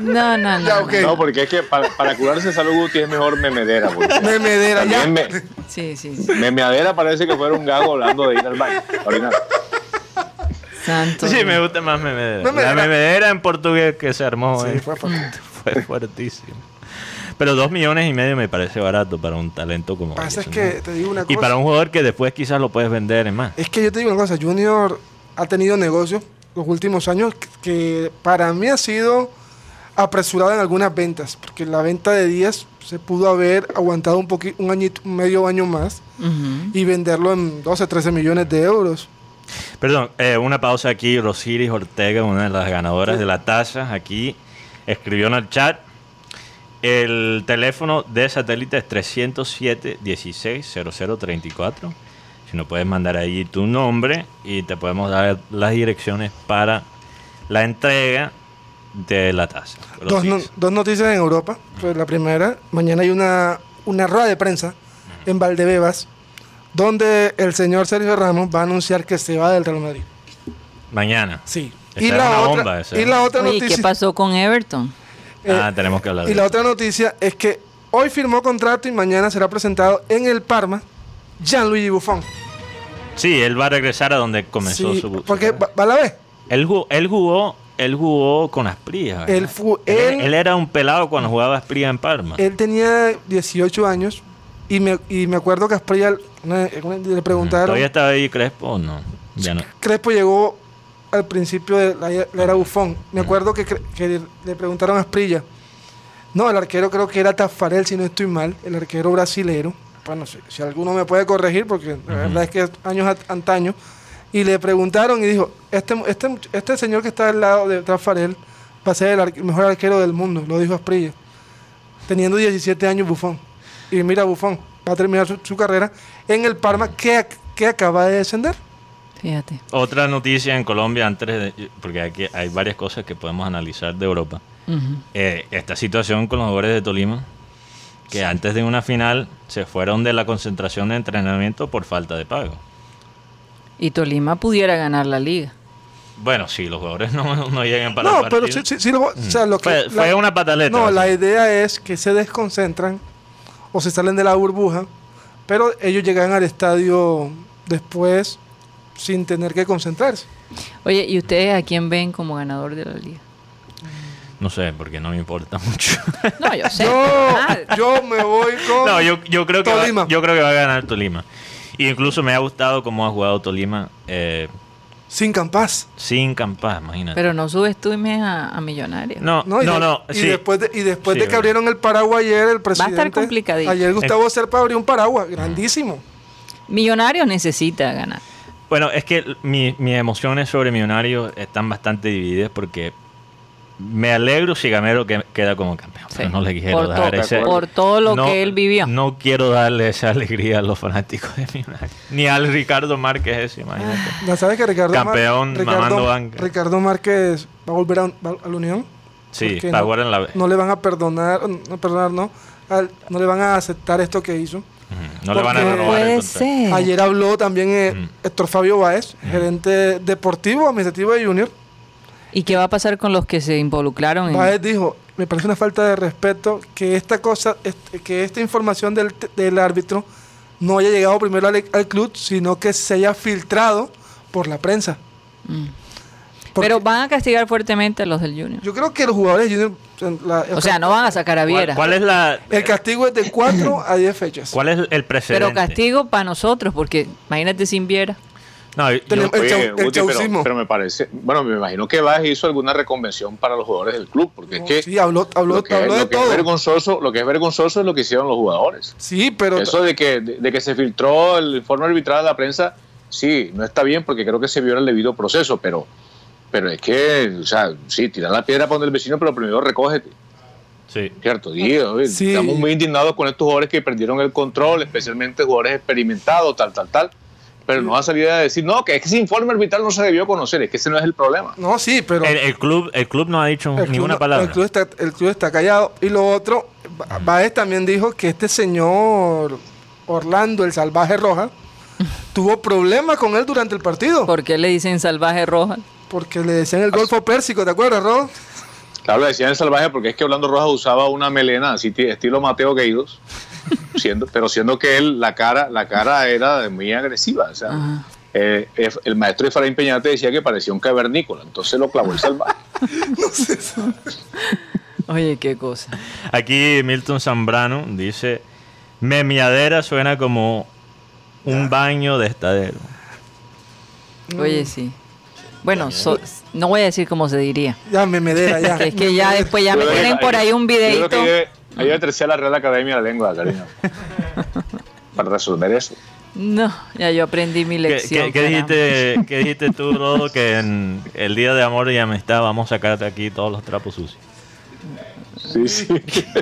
C: No, no, no.
E: Ya, ok.
F: No, porque es que para, para curarse de salud Guti es mejor memedera. porque
E: Memedera, ya.
F: también me,
C: no. Sí, sí.
F: memeadera parece que fuera un gago hablando de ir al baño. a orinar.
C: Santo.
D: Sí,
C: Dios.
D: me gusta más memedera.
E: Memedera.
D: La memedera en portugués que se armó
E: Sí,
D: eh,
E: fue fuerte.
D: (laughs) fue fuertísimo. Pero dos millones y medio me parece barato para un talento como
E: Pasa es
D: Alisson,
E: que
D: ¿no?
E: te digo una
D: Y
E: cosa.
D: para un jugador que después quizás lo puedes vender en más.
E: Es que yo te digo una cosa, Junior ha tenido negocios los últimos años que- que para mí ha sido apresurado en algunas ventas, porque la venta de 10 se pudo haber aguantado un poquito, un añito, un medio año más
C: Ujú.
E: y venderlo en 12, 13 millones de euros.
D: Perdón, eh, una pausa aquí. Rosiris Ortega, una de las ganadoras de la taza, aquí escribió en el chat. El teléfono de satélite es 307-16-0034. Si no puedes mandar ahí tu nombre y te podemos dar las direcciones para la entrega de la taza.
E: Dos, no-
D: Rosiris.
E: dos noticias en Europa. Pues la primera, mañana hay una, una rueda de prensa en Valdebebas, donde el señor Sergio Ramos va a anunciar que se va del Real Madrid.
D: Mañana.
E: Sí.
D: Esa
E: y
D: era
E: la,
D: una
E: otra,
D: bomba, esa.
E: y la otra
C: Oye, ¿y
E: noticia.
C: ¿qué pasó con Everton?
E: eh,
D: ah, tenemos que hablar
E: Y
D: de
E: la
D: eso.
E: otra noticia es que hoy firmó contrato y mañana será presentado en el Parma Gianluigi Buffon.
D: Sí, él va a regresar a donde comenzó
E: Sí,
D: su... su
E: porque
D: carrera.
E: va, va a la vez.
D: Él jugó, él jugó, él jugó con Asprilla. ¿verdad?
E: Él fu-
D: él,
E: él-
D: él era un pelado cuando jugaba Asprilla en Parma.
E: Él tenía 18 años y me, y me acuerdo que a Asprilla una- una- le preguntaron.
D: ¿Todavía estaba ahí Crespo o no? Ya no.
E: Crespo llegó al principio de la, la era Buffon. Me acuerdo que, cre- que le preguntaron a Asprilla. No, el arquero creo que era Tafarel, si no estoy mal, el arquero brasilero. Bueno, si, si alguno me puede corregir, porque la verdad es que es años at- antaño. Y le preguntaron y dijo, este, mu- este, much- este señor que está al lado de Tafarel va a ser el ar- mejor arquero del mundo, lo dijo Asprilla. Teniendo 17 años Bufón. Y mira, Bufón va a terminar su, su carrera en el Parma que, ac- que acaba de descender.
C: Fíjate.
D: Otra noticia en Colombia antes de, porque aquí hay varias cosas que podemos analizar de Europa.
C: Ujú.
D: Eh, esta situación con los jugadores de Tolima, que antes de una final se fueron de la concentración de entrenamiento por falta de pago.
C: Y Tolima pudiera ganar la liga.
D: Bueno, sí, los jugadores no, no llegan para
E: no,
D: el
E: pero sí,
D: partido.
E: sí, sí lo- o sea, lo que-
D: Fue-
E: la-
D: fue una pataleta,
E: No, la
D: básicamente.
E: idea es que se desconcentran o se salen de la burbuja, pero ellos llegan al estadio después sin tener que concentrarse.
C: Oye, ¿y ustedes a quién ven como ganador de la liga?
D: No sé, porque no me importa (laughs) mucho.
C: No, yo sé.
E: (laughs) Yo,
C: Ah,
E: yo me voy con
D: No, yo, yo creo que
E: Tolima.
D: Va, yo creo que va a ganar Tolima. Y incluso me ha gustado cómo ha jugado Tolima eh,
E: sin campas.
D: sin Campas, imagínate.
C: pero no subes tú y me a, a Millonarios.
D: no,
E: ¿no?
D: no,
E: Y
D: no,
E: de- y
D: sí.
E: después de, y después
D: Sí,
E: de que
D: verdad.
E: abrieron el paraguas ayer, el
C: estar
E: presidente.
C: complicadito.
E: Ayer Gustavo Serpa abrió un paraguas, grandísimo.
C: Millonarios necesita ganar.
D: Bueno, es que mi- mis emociones sobre Millonarios están bastante divididas porque me alegro si Gamero que- queda como campeón.
C: Sí.
D: Pero no le quiero
C: Por
D: dar
C: todo-
D: ese-
C: por todo lo que él vivió.
D: No quiero darle esa alegría a los fanáticos de Millonarios. Ni al Ricardo Márquez ese, imagínate.
E: Ya sabes que Ricardo, Mar-
D: Campeón, mamando banca.
E: Ricardo Márquez va a volver a, va a la Unión.
D: Sí,
E: porque
D: para
E: no-
D: jugar en la B.
E: no le van a perdonar, no perdonar, no, al- no le van a aceptar esto que hizo.
D: No le van a
E: porque-
D: renovar el
C: Puede
D: contrato.
C: ser.
E: Ayer habló también eh,
D: Mm.
E: Héctor Fabio Báez, gerente deportivo administrativo de Junior.
C: ¿Y qué va a pasar con los que se involucraron? en-
E: Báez dijo, me parece una falta de respeto que esta cosa, este- que esta información del, t- del árbitro no haya llegado primero al, al club, sino que se haya filtrado por la prensa. Porque
C: Mm. Pero van a castigar fuertemente a los del Junior.
E: yo creo que los jugadores de Junior, en la-
C: O sea, no van a sacar a
D: ¿Cuál,
C: Viera.
D: cuál es la,
E: el castigo es de 4 a 10 fechas.
D: cuál es el precedente?
C: Pero castigo para nosotros, porque imagínate sin Viera.
D: No, yo-
E: Tenemos- El
F: Oye,
E: chau- el
F: Guti,
E: chaucismo.
F: pero, pero me parece, bueno, me imagino que Baez hizo alguna reconvención para los jugadores del club, porque es que,
E: Sí, habló, habló,
F: lo, que,
E: habló
F: lo
E: de
F: que es
E: todo.
F: vergonzoso, lo que es vergonzoso es lo que hicieron los jugadores.
E: Sí, pero
F: Eso de que, de, de que se filtró el informe arbitral a la prensa, sí, no está bien porque creo que se viola el debido proceso, pero, pero es que, o sea, sí, tirar la piedra para donde el vecino, pero primero recógete,
D: sí.
F: ¿cierto? Digo, oye,
E: Sí.
F: Estamos muy indignados con estos jugadores que perdieron el control, especialmente jugadores experimentados, tal, tal, tal. Pero no va a salir a decir, no, que ese informe arbitral no se debió conocer, es que ese no es el problema.
E: no, sí, pero
C: Eh,
D: El, el club, el club no ha dicho
E: El club
D: ninguna
E: no-
D: palabra.
E: El club, está, el club está callado. Y lo otro, Ba-
C: Ah.
E: Baez también dijo que este señor Orlando, el
C: (laughs)
E: salvaje roja, tuvo problemas con él durante el partido.
C: ¿Por qué le dicen salvaje roja?
E: Porque le decían el Golfo Pérsico, ¿te acuerdas, Rob?
F: Claro, le decían el salvaje porque es que Orlando Rojas usaba una melena así ti- estilo Mateo Gueidos, (laughs) siendo, pero siendo que él la cara, la cara era de muy agresiva. O sea,
C: Ajá.
F: eh, ef- el maestro Efraín Peñate decía que parecía un cavernícola, entonces lo clavó el salvaje.
C: Oye, qué cosa.
D: Aquí Milton Zambrano dice: Memiadera suena como un baño de estadero.
C: Mm. Oye, sí. Bueno, so- no voy a decir cómo se diría.
E: Ya me medera, Ah, ya. (laughs)
C: Que (laughs) es que ya después ya me
F: Yo creo que
C: tienen
F: ahí-
C: por ahí un
F: Yo creo
C: videito.
F: que debe- ahí debe terciar la Real Academia de la
C: (laughs)
F: Lengua, cariño. para resolver eso.
C: No, ya yo aprendí mi
D: ¿Qué,
C: lección.
D: qué- qué
C: caramba.
D: dijiste, qué dijiste tú, Rodo? Que en el día de amor y amistad vamos a sacarte aquí todos los trapos sucios.
F: Sí, sí.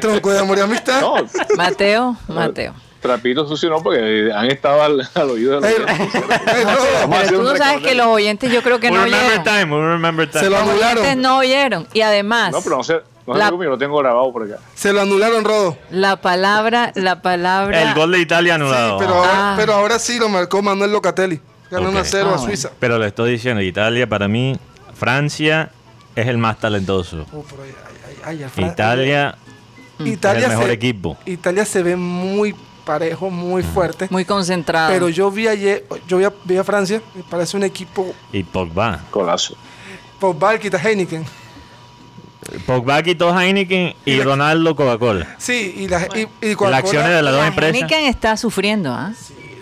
E: Tronco de amor y amistad.
F: No,
C: Mateo, Mateo.
F: trapito sucio no, porque han estado al, al oído de
E: Ey,
F: los
E: ey, no,
F: Vamos a
C: Pero
F: hacer
C: tú
F: un
C: no sabes que
F: recordatorio.
C: los oyentes yo creo que
D: We
C: no
D: remember
C: oyeron.
D: time, we remember time.
E: se lo
C: Los oyentes
E: anularon.
C: no oyeron. Y además,
F: No, pero no sé, no sé
C: La-
F: cómo yo lo tengo grabado por acá.
E: Se lo anularon, Rodo.
C: la palabra, la palabra...
D: El gol de Italia
E: Sí,
D: anulado.
E: pero, ahora,
C: Ah.
E: pero ahora sí lo marcó Manuel Locatelli. Ganó
D: Ok.
E: 1 a 0
C: Ah,
E: a
C: bueno.
E: Suiza.
D: Pero le estoy diciendo, Italia para mí, Francia es el más talentoso.
E: Oh, pero ay, ay, ay, ay, Fran-
D: Italia,
E: Italia
D: Es el mejor
E: se-
D: equipo.
E: Italia se ve muy parejo, muy fuerte.
C: Muy concentrado.
E: pero yo vi ayer, yo vi a, vi a Francia, me parece un equipo
D: y Pogba.
F: Colazo.
E: Pogba, quita Heineken.
D: Pogba quitó Heineken y Ronaldo Coca-Cola.
E: Sí, y la y, y
D: Las
E: Coca-Cola-
D: acciones de las dos
C: la
D: empresas.
C: Heineken está sufriendo, ¿ah?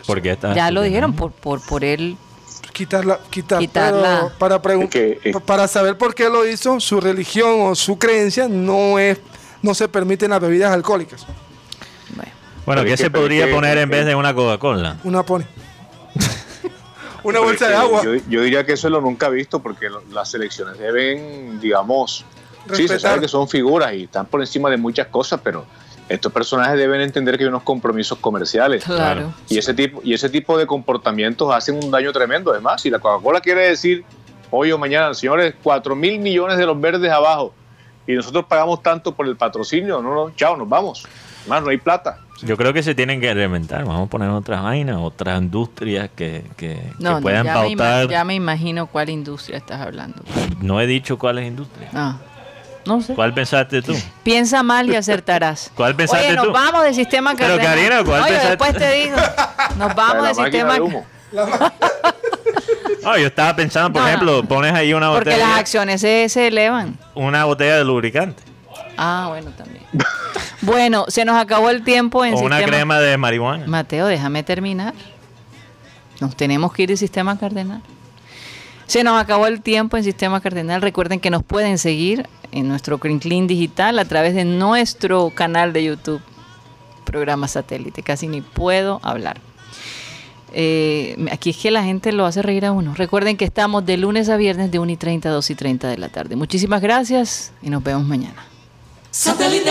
D: Porque está
C: ya lo
D: estupendo.
C: dijeron por, por, por él.
E: quitarla, quitar,
C: Quitarla.
E: pero para pregun-
F: Que, eh.
E: pa- para saber por qué lo hizo, su religión o su creencia no es no se permiten las bebidas alcohólicas.
C: Bueno,
D: Bueno,
F: Pero
D: ¿qué
F: es que-
D: se
F: pero es
D: podría
F: que-
D: poner
F: es
D: en
F: que-
D: vez de una Coca-Cola?
E: Una pone. (laughs) Una bolsa de
F: Pero
E: agua.
F: Yo, yo diría que eso lo nunca he visto porque lo- las selecciones deben, digamos, sí, se
E: Respetar.
F: sabe que son figuras y están por encima de muchas cosas, pero estos personajes deben entender que hay unos compromisos comerciales.
C: claro.
F: Y ese tipo, y ese tipo de comportamientos hacen un daño tremendo. Además, si la Coca-Cola quiere decir hoy o mañana, señores, 4 mil millones de los verdes abajo y nosotros pagamos tanto por el patrocinio, no, no, chao, nos vamos. Más, no hay plata.
D: Yo creo que se tienen que reinventar. Vamos a poner otras vainas, otras industrias que, que- que
C: No, no,
D: puedan
C: ya, me ima-
D: pautar.
C: ya me imagino cuál industria estás hablando.
D: No he dicho cuál es industria.
C: Ah, no sé.
D: ¿Cuál pensaste
C: (laughs)
D: tú?
C: Piensa mal y acertarás.
D: ¿Cuál pensaste
C: Oye, nos
D: tú?
C: vamos del sistema
D: Pero,
C: cardenal.
D: Karina, ¿cuál
C: Oye,
D: pensaste?
C: después te digo. Nos
F: La
C: vamos del
F: máquina
C: sistema.
F: de humo.
D: Ah, yo estaba pensando, por
C: No, no.
D: ejemplo, pones ahí una
C: Porque las
D: botella,
C: acciones se, se elevan.
D: una botella de lubricante
C: Ah, bueno,
D: (laughs)
C: también. Bueno, se nos acabó el tiempo en
D: o una
C: sistema.
D: crema de marihuana.
C: Mateo, déjame terminar. Nos tenemos que ir del sistema cardenal. Se nos acabó el tiempo en Sistema Cardenal. Recuerden que nos pueden seguir en nuestro Crinklin Digital a través de nuestro canal de YouTube, programa satélite. Casi ni puedo hablar. Eh, aquí es que la gente lo hace reír a uno. Recuerden que estamos de lunes a viernes de 1 y 30 a 2 y 30 de la tarde. Muchísimas gracias y nos vemos mañana.
B: Satellite.